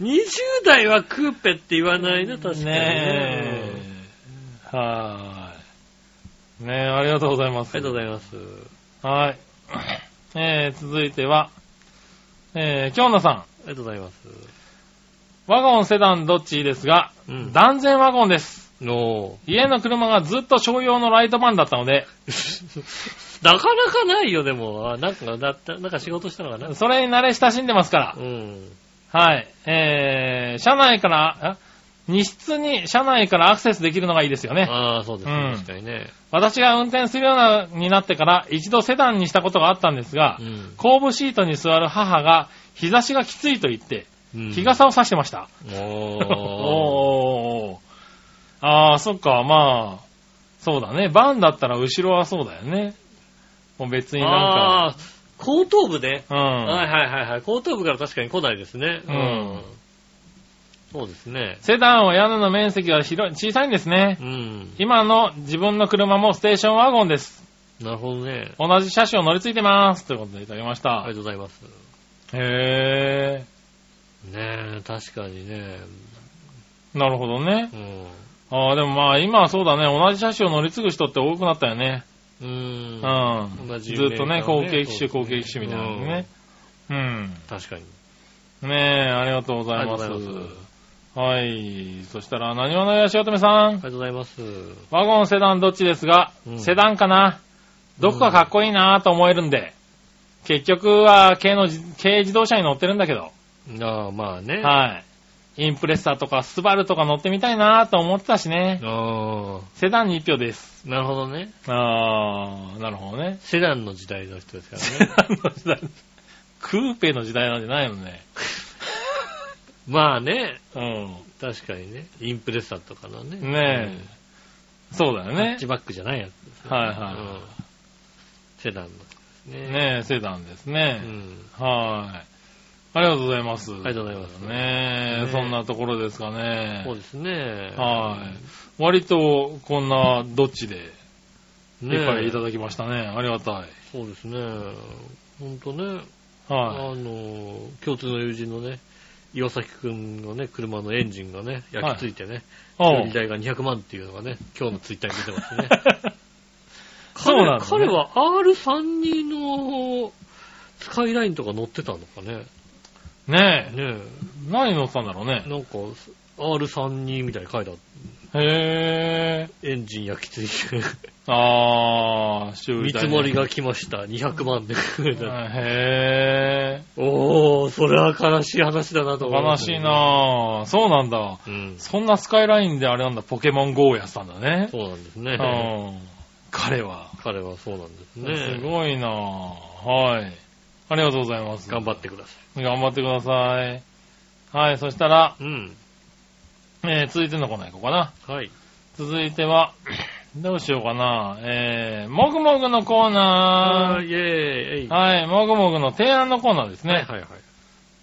20代はクーペって言わないな、確かにね。ねえ。はーい。ねえ、ありがとうございます。ありがとうございます。はい。えー、続いては、えー、京奈さありがとうございます。ん。ワゴン、セダン、どっちですが、うん。断然ワゴンです。の家の車がずっと商用のライトバンだったの *laughs* で、なかなかないよ、でも。あなんか、だった、なんか仕事したのかな。それに慣れ親しんでますからう。ん。はい。えー、車内から、あ荷室に車内からアクセスできるのがいいですよね。ああ、そうですうねん。確かにね。私が運転するようなになってから一度セダンにしたことがあったんですが、うん後部シートに座る母が日差しがきついと言って、うん。日傘を差してました。おー。 *laughs* おーおーあー、そっか、まあ、そうだね。バンだったら後ろはそうだよね。もう別にあなんあ、後頭部ね。か、うはいん。はいはいはい。後頭部から確かに来ないですね。うんそうですね。セダンは屋根の面積が広い、小さいんですねう。ん。今の自分の車もステーションワゴンです。なるほどね。同じ車種を乗り継いでます。ということでいただきましあたりが。とうございます。へねえ、確かにね。ー。なるほどね。うん。ああ、でもまあ今はそうだね、同じ車種を乗り継ぐ人って多くなったよね。う。うんん。同じずっとね、メーカー後ね継機種、後継機種みたいなのね。うん。確かに。ねえ、ありがとうございますありがとうございます。はい。そしたら、何者よしおとめさありん。がとうございます。ワゴン、セダンどっちですが、うんセダンかな。どこかかっこいいなと思えるんで。結局は軽のじ、軽自動車に乗ってるんだけど。ああ、まあね。あはい。インプレッサーとかスバルとか乗ってみたいなと思ってたしね。あセダンに一票です。ー、なるほどね。あー、なるほどね。セダンの時代の人ですから *laughs* セ *laughs* ね。ダンの時代。クーペの時代なんじゃないのね。まあね、うん。確かにね。インプレッサーとかのね。ねえ。そうだよえハッねチ。バックじゃないやつですね。はいはいうんセダンの。ねねえ、セダンですうね。ん。はい。ありがとうございます。あありがとうございます。ねねえ、えそんなところですかねそう。ですね。はい。割と、こんな、どっちで、い。ねえいっぱいいただきましたね。ありがたい。そうですね。ほんとね、はあの、共通の友人のね、岩崎くんのね、車のエンジンがね、焼き付いてね、い。お料理代が200万っていうのがね、今日のツイッターに出てますね。 *laughs* そうなんだ、ね。彼彼は R32 のスカイラインとか乗ってたのかね。ねえ。ね何乗ってたんだろうえ、ね。なんか R32 みたいに書いてあっへえ。た。エンジン焼き付 *laughs* いて、あー、修見理代積ねもりが来ました。200万で。あへおー、それは悲しい話だなとぇ思い悲ますしねいなぁ。そうなんだ。うん。そんなスカイラインであれなんだ、ポケモン GO やってたんだね。そうなんですうね。ん。彼は。彼はそうなんですすね。ごいなぁ。はい。ありがとうございます。頑張ってくださ頑張ってください。はい、そしたら、い。うん。えー、続いてのコーナー行こうかな。はい。続いては、どうしようかな。えー、もぐもぐのコーあナー。ー、イェーイえい。はい、もぐもぐの提案のコーナーですね。はいはいはい。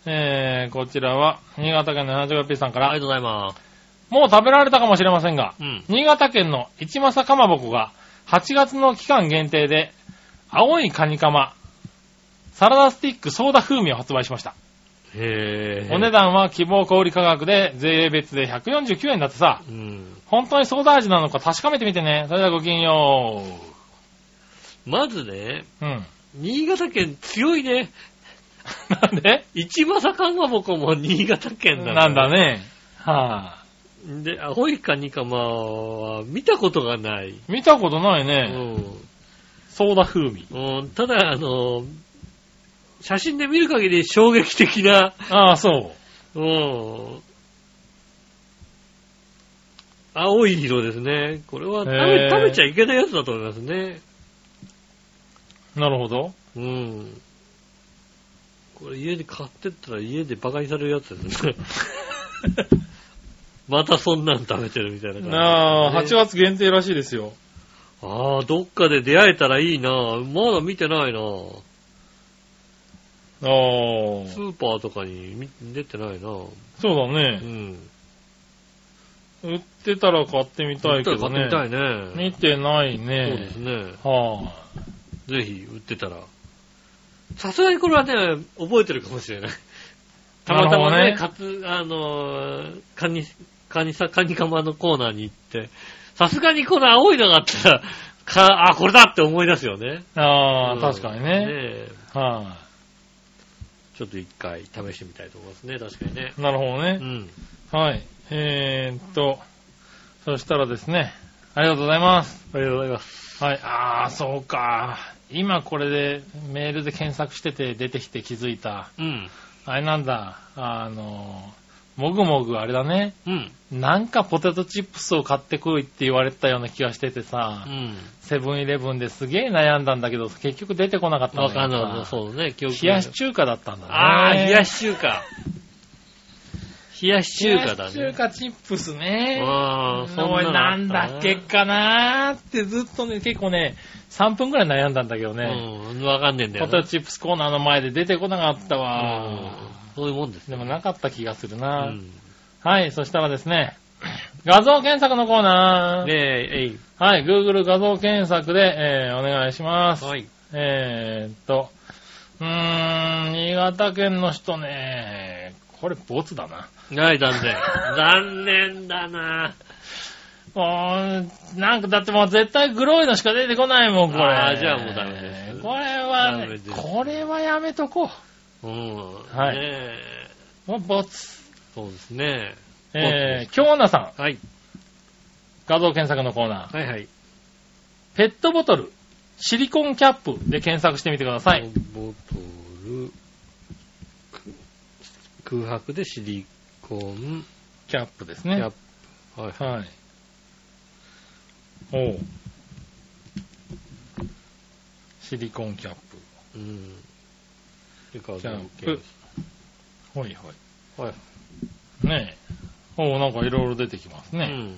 えー、こちらは、新潟県の 75P さんかあら、りがとうございます。もう食べられたかもしれませんが、うん。新潟県の市政かまぼこが、8月の期間限定で、青いカニカマ、サラダスティックソーダ風味を発売しました。へー。お値段は希望小売価格で、税別で149円だってさ、うん。本当にソーダ味なのか確かめてみてね。それではごきげんよまずね、う。うん。新潟県強いね。なんで市政かまぼこも新潟県だなんだ。ね。はぁ、で、アホイカニカマは見たことがない。見たことないうね。ん。ソーダ風味。うん、ただ、あの、写真で見る限り衝撃的な、ああ、そう。うん。青い色ですね。これは食へべー食べちゃいけないやつだと思いますね。なるほど。うん。これ家で買ってったら家でバカにされるやつですね。 *laughs* またそんなん食べてるみた *laughs* いな感じ、なあ、8ね月限定らしいですよ。ああ、どっかで出会えたらいいなまだ見てないなああ、スーパーとかに見出てないなそうだうね。ん。売ってたら買ってみたいけど買っねて。みたいね。見てないそうでねす。ね。はあ。ぜひ売ってたら。さすがにこれはね、覚えてるかもしれない。たまたまなね、るほかつ、あのー、カニ、カニさ、カニカマのコーナーに行って、さすがにこの青いのがあったら、か、あ、これだって思い出すよね。ああ、うん確かにね。えはちょっと一回試してみたいと思いますね、確かにね。い。なるほどうね。ん。はい。えーっと、そしたらですね、ありがとうございます。ありがとうございます。はい。ああ、そうか。今これでメールで検索してて出てきて気づいた。うん。あれなんだ。あの、もぐもぐあれだね。うん。なんかポテトチップスを買ってこいって言われたような気がしててさう、ん。セブンイレブンですげえ悩んだんだけど、結局出てこなかったんだわかんよないな。そうね、記憶冷やし中華だったんだね。ああ、冷やし中華。冷やし中華だね。冷やし中華チップスね。ああ、そんなのあ俺ったなんだっけかなーってずっとね、結構ね、3分くらい悩んだんだけどね、うん、わかんねえんだよポな。テトチップスコーナーの前で出てこなかったわ。うんそういうもんですでね。もなかった気がするうな。んはい、そしたらですね、画像検索のコーナー。ねえ、えい。はい、Google 画像検索で、えーお願いします。はい。えーっと、うーん、新潟県の人ね、これボツだな。はい、残 *laughs* 念。残念だなもう、なんかだってもう絶対グロいのしか出てこないもん、これ。あーじゃあもうダメですこれダはメで、すこれはやめとこうん。はいねえう。もうボツ。そうですね。えー、京奈さん、はい。画像検索のコーナー。はいはい。ペットボトル、シリコンキャップで検索してみてください。ボトル、空白でシリコン、キャップですキャねッ。プ。はい。はい。おう。シリコンキャッうん。で、画像キャップ検索プ。はいはい。。はいねえ。おう、なんかいろいろ出てきますうね。ん。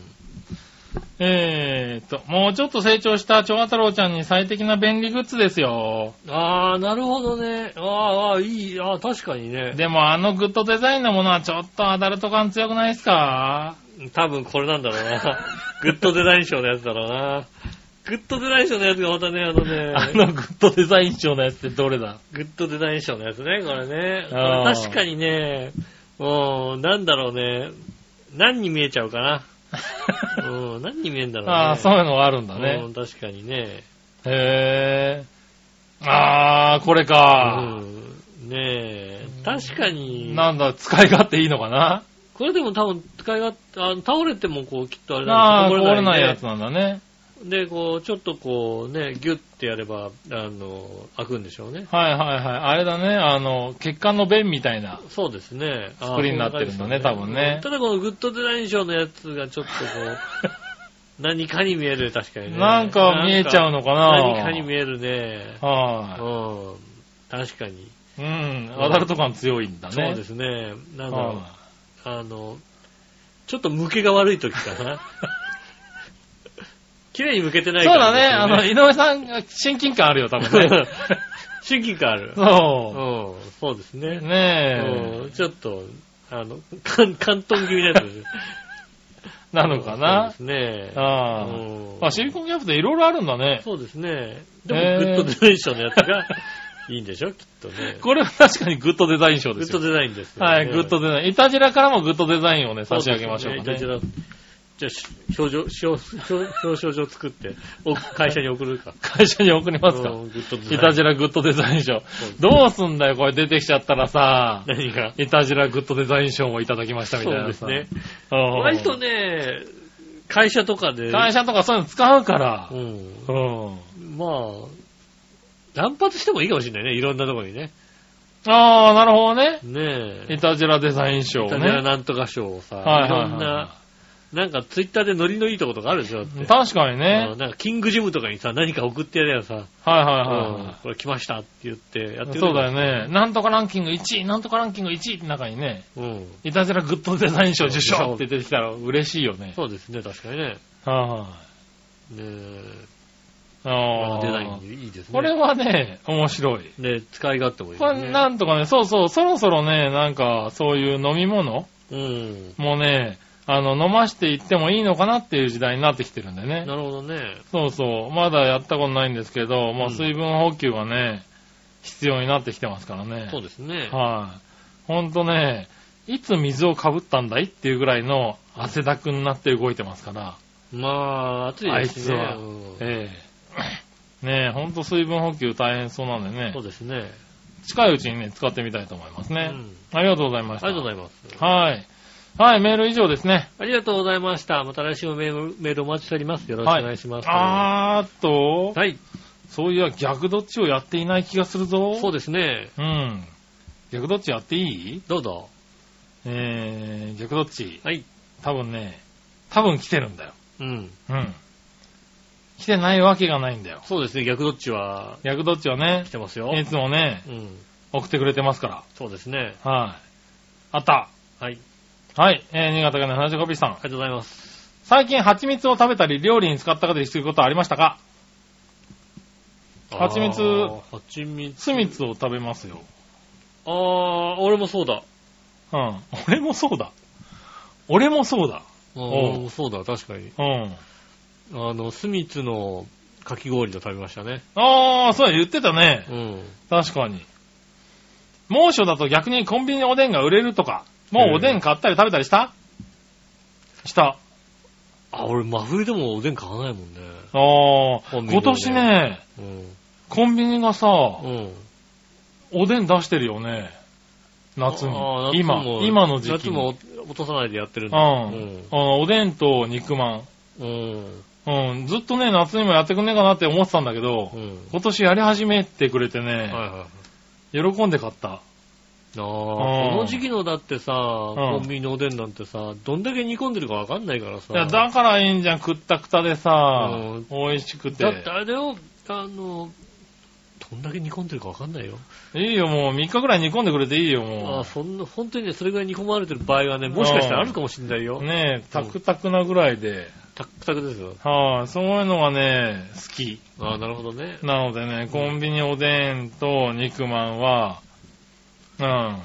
えーっと、もうちょっと成長した蝶太郎ちゃんに最適な便利グッズですよ。ああ、なるほどね。あーあー、いい。ああ、確かにね。でもあのグッドデザインのものはちょっとアダルト感強くないですか *laughs* 多分これなんだろうな。グッドデザイン賞のやつだろうな。グッドデザイン賞のやつがまたね、あのね、あのグッドデザイン賞のやつってどれ *laughs* だグッドデザイン賞のやつね、これね。こあーれ確かにね、もう、なんだろうね、何に見えちゃうかな。うん、何に見えんだろうね。ああ、そういうのがあるんだうね。ん確かにね。へえ。ああ、これか。うん、ねえ、確かに、なんだ、使い勝手いいのかなこれでも多分使い勝手、あ倒れてもこう、きっとあれあなあ、んこですぼよれないやつなんだね。で、こう、ちょっとこうね、ギュッてやれば、あの、開くんでしょうね。はいはいはい。あれだね、あの、血管の弁みたいな。そうですね。あー作りになってるんだねこな感多分じですねただこのグッドデザイン賞のやつがちょっとこう、何かに見える、確かにね。なんか見えちゃうのかな何かに見えるね。はうん。確かに。い。うん、アダルト感強いんだね。そうですね。なんだろうは。あの、ちょっと向けが悪い時か *laughs* な。綺麗に向けてないいそうからだね、あの、井上さん、親近感あるよ、多分 *laughs* ね。親近感ある。うそん、そうですねう。。ねうんちょっと、あの、関 *laughs* 関東気味なやつですね。え。なのかな。そうですね。あうんあ。あ、シリコンキャップっていろいろあるんだね。そうですね。でへーも、グッドデザイン賞のやつがいいんでしょ、きっとね。これは確かにグッドデザイン賞グでッすドよ。デザインですよね。はい、グッドデザイン。イタジラからもグッドデザインをね、差し上げましょうかそでねす。ねじゃあ、し表彰、表表彰状作って、お会社に送るか。会社に送りますうか。んグッドデザイン。イタジラグッドデザイン賞。どうすんだよ、これ出てきちゃったらさ。何が。イタジラグッドデザイン賞をいただきましたみたいそうなでさ。すね。うん。割とね、会社とかで、会社とかそういうの使うからう。ん。うん。まあ、乱発してもいいかもしれないね、いろんなところにね。ああ、なるほどね。ねえ。イタジラデザイン賞イね。タジラなんとか賞をさ、はいいはいろはいんな、なんかツイッターでノリのいいとことかあるでしょだって。確かにねうん。なんかキングジムとかにさ、何か送ってやればさ、はいはうんこれ来ましたって言ってやいっはてい。るそうだよね。なんとかランキング1位、なんとかランキング1位って中にね、うん。イタジラグッドデザイン賞受賞って出てきたら嬉しいよね。そうですね、確かにね。ねはえいはい。あデザイあ。ンいいですね。これはね、面白い。ね、使い勝手もいいこですれね。なんとかね、そうそう、そろそろね、なんか、そういう飲み物うん。もね、あの、飲ましていってもいいのかなっていう時代になってきてるんでね。なるほどね。そうそう、まだやったことないんですけど、まあうん水分補給はね、必要になってきてますからね。そうですね。はい。ほんとね、いつ水をかぶったんだいっていうぐらいの汗だくになって動いてますから。まあ、暑いですね。あいつはうんええねえ、ほんと水分補給大変そうなんでねそう、ですね。近いうちにね、使ってみたいと思いますね。うんありがとうございました。ありがとうごいざいます。はい。はい、メール以上ですね。ありがとうございました。また来週もメールメールお待ちしております。よろしくお願いします。あーっと、はい。そういや逆どっちをやっていない気がするぞ。そうですね。うん。逆どっちやっていいどうぞ。えー、逆どっちはい。多分ね、多分来てるんだよ。うん。うん。来てないわけがないんだよ。そうですね。逆どっちは逆どっちはね来、てますよ。いつもね、うん。送ってくれてますから。そうですね。はい。あった。はい。はい。えー、新潟県の75 p さんあ。りがとうございます。最近蜂蜜を食べたり料理に使ったりすることはありましたか蜂蜜あー蜂蜜。酢蜜を食べますよ。ああ、俺もそうだ。うん。俺もそうだ。俺もそうだ。うんおう俺もそうだ、確かに。うん。あの、スミツのかき氷を食べましたね。あー、そうだ言ってたね。うん。確かに。猛暑だと逆にコンビニのおでんが売れるとか、もうおでん買ったり食べたりしたした。あ、俺、真冬でもおでん買わないもんね。ああ、コンビニのおでん今年ね、うん。コンビニがさ、うん。おでん出してるよね。夏あに。ー今夏も、今の時期夏に。も落とさないでやってるんうだ。ん、あのおでんと肉まん。うん。うん。うん。ずっとね、夏にもやってくんねえかなって思ってたんだけど、うん。今年やり始めてくれてね、はいはいはい。喜んで買った。うああ、んこの時期のだってさ、コンビニのおでんなんてさ、どんだけ煮込んでるかわかんないからさ。いや、だからいいんじゃん、くったくたでさ、うん美味しくて。だってあれを、あの、どんだけ煮込んでるかわかんないよ。いいよ、もう3日ぐらい煮込んでくれていいよ、ああも。そんな、本当にね、それぐらい煮込まれてる場合はね、もしかしたらあるかもしれないうよ。ねえ、タクタクなぐらいで。タックタクですよ。はい、そういうのがね、好き。ああ、なるほどね。なのでね、コンビニおでんと肉まんは、うん、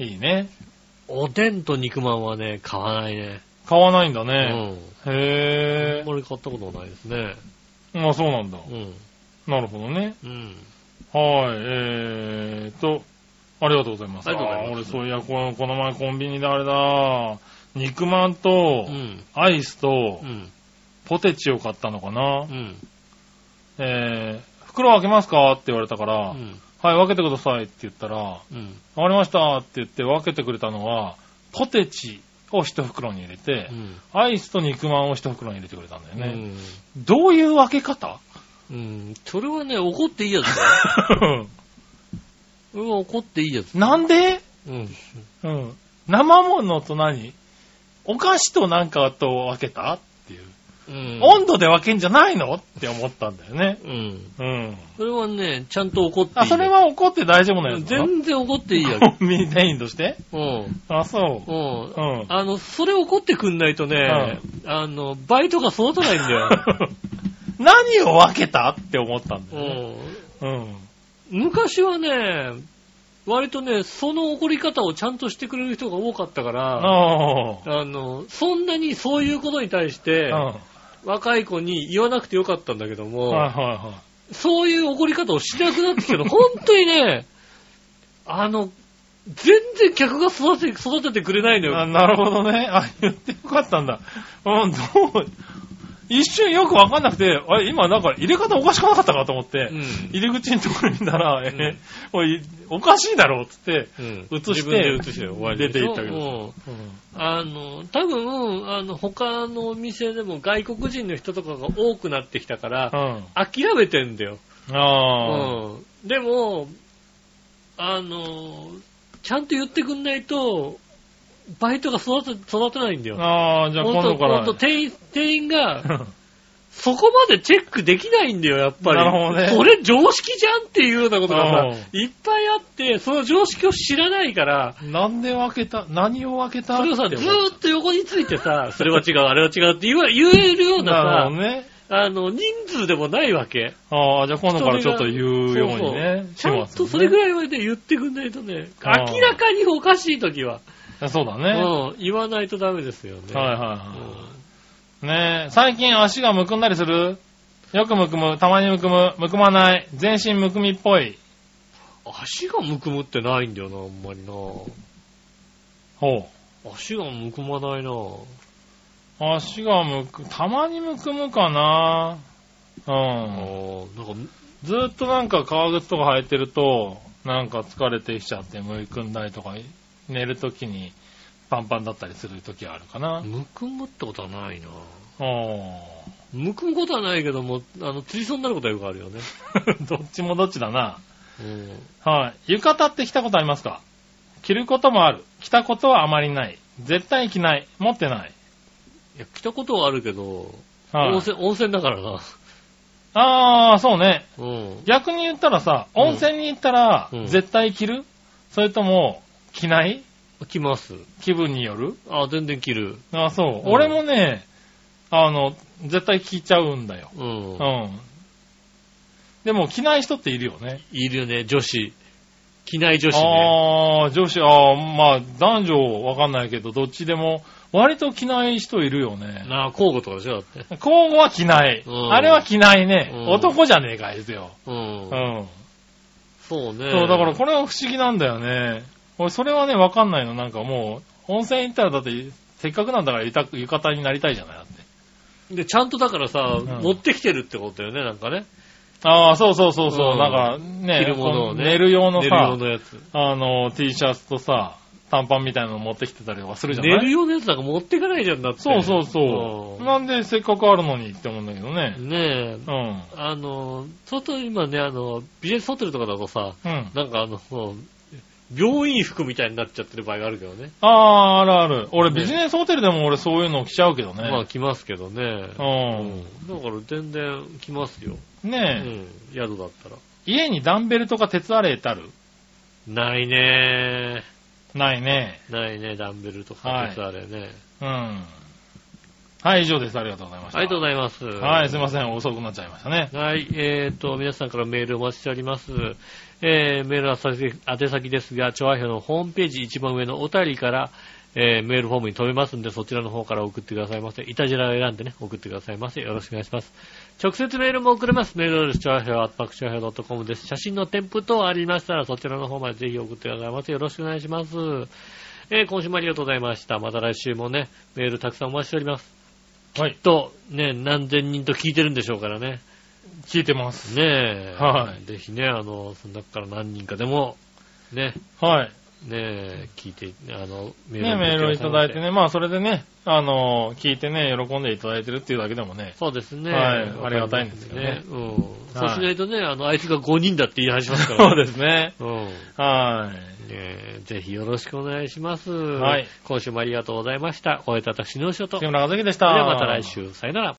いいね。おでんと肉まんはね、買わないね。買わないんだうね。ん。へえ。俺買ったことないですね。まあそうなんだ。うん。なるほどね。うん。はい、えーっと、ありがとうございます。ありがとうございあーます俺そういや、このこの前コンビニであれだ、肉まんとう、ん。アイスとう、ん。ポテチを買ったのかなう。ん。えー、袋開けますかって言われたかうら、ん。はい、分けてくださいって言ったら、わうん。かりましたって言って分けてくれたのは、ポテチを一袋に入れて、アイスと肉まんを一袋に入れてくれたんだようね。ん。どういう分け方 *laughs* うん。それはね、怒っていいやつだよ。それは怒っていいやつ。なんでうん。うん。生ものと何お菓子となんかと分けたっていう。うん。温度で分けんじゃないのって思ったんだよね。うん。うん。それはね、ちゃんと怒っていい。あ、それは怒って大丈夫なやつな全然怒っていいやコンビニ店員としてつ。うん。あ、そうう。んう。ん。あの、それ怒ってくんないとね、あの、バイトが育たないん *laughs* だよ。 *laughs* 何を分けたって思ったんだよね。うん。うん。昔はね、割とね、その怒り方をちゃんとしてくれる人が多かったから、ああの、そんなにそういうことに対して、あ。若い子に言わなくてよかったんだけどうん。も、はいはそういう怒り方をしなくなってきたの、本当にね、あの、全然客が育て育ててくれないのいはい。あよ。なるほどね。あ、言ってよかったんだ。うん、どう、一瞬よくわかんなくて、あれ、今なんか入れ方おかしくなかったかと思って、うん。入り口のところに見たら、んえ、おい、おかしいだろうっつって、うん移して自分で移して終わりでしょ出て行ったけどうんあの、多分、あの、他のお店でも外国人の人とかが多くなってきたから、ん。諦めてんだよ。うああ。ん。でも、あの、ちゃんと言ってくんないと、バイトが育て、育たないんだよ。ああ、じゃあ今度から。ほんとほんと店員、店員が、そこまでチェックできないんだよ、やっぱり。なるほどねそれ常識じゃんっていうようなことがさう、いっぱいあって、その常識を知らないから、 *laughs* なんで分けた何を分けたそれをさ、ってず思うーっと横についてさ、それは違う、あれは違うって言わ言えるよなうるなほさ、どね。あの、人数でもないわけ。ああ、じゃあ今度からちょっと言うようにね。ちゃんしますとねそれぐらいまで言ってくんないとね、あー明らかにおかしい時は、あそうだね。うん、言わないとダメですよね。はいはいうんは。い。ねえ、最近足がむくんだりするよくむくむ、たまにむくむ、むくまない、全身むくみっぽい。足がむくむってないんだよな、あんまりな。ほ足がむくまないな。う。足がむく、たまにむくむかなあうん。ーなんか、ずーっとなんか革靴とか履いてると、なんか疲れてきちゃってむくんだりとか、寝るときにパンパンだったりするときあるかな。むくむってことはないな。おむくむことはないけども、あの、釣りそうになることはよくあるよね。ー *laughs* どっちもどっちだな。うん。はい。浴衣って着たことありますか着ることもある。着たことはあまりない。絶対着ない。持ってない。いや、来たことはあるけど、は温い、泉、温泉だからな。ああ、そうね。うん。逆に言ったらさ、うん温泉に行ったらう、ん絶対着る、それとも、着ない来ます。気分によるあ、全然着る。ああ、そう、うん俺もね、あの、絶対着ちゃうんだよ。うん。うん。でも、着ない人っているよね。いるよね、女子。着ない女子ね。ああ、女子、ああ、まあ、男女わかんないけど、どっちでも、割と着ない人いるよね。なあ、交互とかでしょ、だって。交互は着ない。うんあれは着ないね。うん男じゃねえかいですよ。う。うんん。そうね。そう、だからこれは不思議なんだよね。俺、それはね、わかんないの。なんかもう、温泉行ったらだって、せっかくなんだから浴衣浴衣になりたいじゃないだって。で、ちゃんとだからさ、ん持ってきてるってことだよね、なんかね。ああ、そうそうそうそう、うんなんかね、着るものをねこ寝る用の寝る用さ、のやつ。あの、T シャツとさ、短パンみたいなの持ってきてたりとかするじゃ寝ないる用のやつなんか持ってかないじゃんだって。そうそうそう。なんでせっかくあるのにって思うんだけどねう。んねえ。うん。あの、相当今ね、あの、ビジネスホテルとかだとさ、うん。なんかあの、もう病院服みたいになっちゃってる場合があるけどね。ああ、あるある。俺、ビジネスホテルでも俺そういうの着ちゃうけどね。まあ来ますけどね。うん。だから全然来ますよ。うねえ、ん。宿だったら。家にダンベルとか鉄アレイってあるないねないね。ないねダンベルとはいか、鉄あれね。うん。はい、以上です。ありがとうございました。ありがとうございざいます。はい、すいません。遅くなっちゃいましたね。はい、えー、と、皆さんからメールお待ちしております。えー、メールは宛先宛先ですが、調和表のホームページ一番上のお便りから、えーメールフォームに飛べますんで、そちらの方から送ってくださいませ。いたじらを選んでね、送ってくださいませ。よろしくお願いします。直接メールも送れます。メールアドレス、チョアヘア、アットマークチョアヘア .com です。写真の添付等ありましたら、そちらの方までぜひ送ってくださいませ。よろしくお願いします。えー今週もありがとうございました。また来週もね、メールたくさんお待ちしております。はいきっと、ね、何千人と聞いてるんでしょうからね。聞いてます。ねえ。はいぜひね、あの、その中から何人かでも、ね、はい。ねえ、聞いて、あの、メね、メールをいただいてね、まあそれでね、あの、聞いてね、喜んでいただいてるっていうだけでもね、そうですね。はいありがたいんですよねね。うん。はいそうしないとね、あの、あいつが5人だって言い始めますから、そうですね。うん。ねはい。えぜひよろしくお願いします。はい今週もありがとうございました。お会いいた私の仕事。杉で村和樹でした。はまた来。週。さよなら。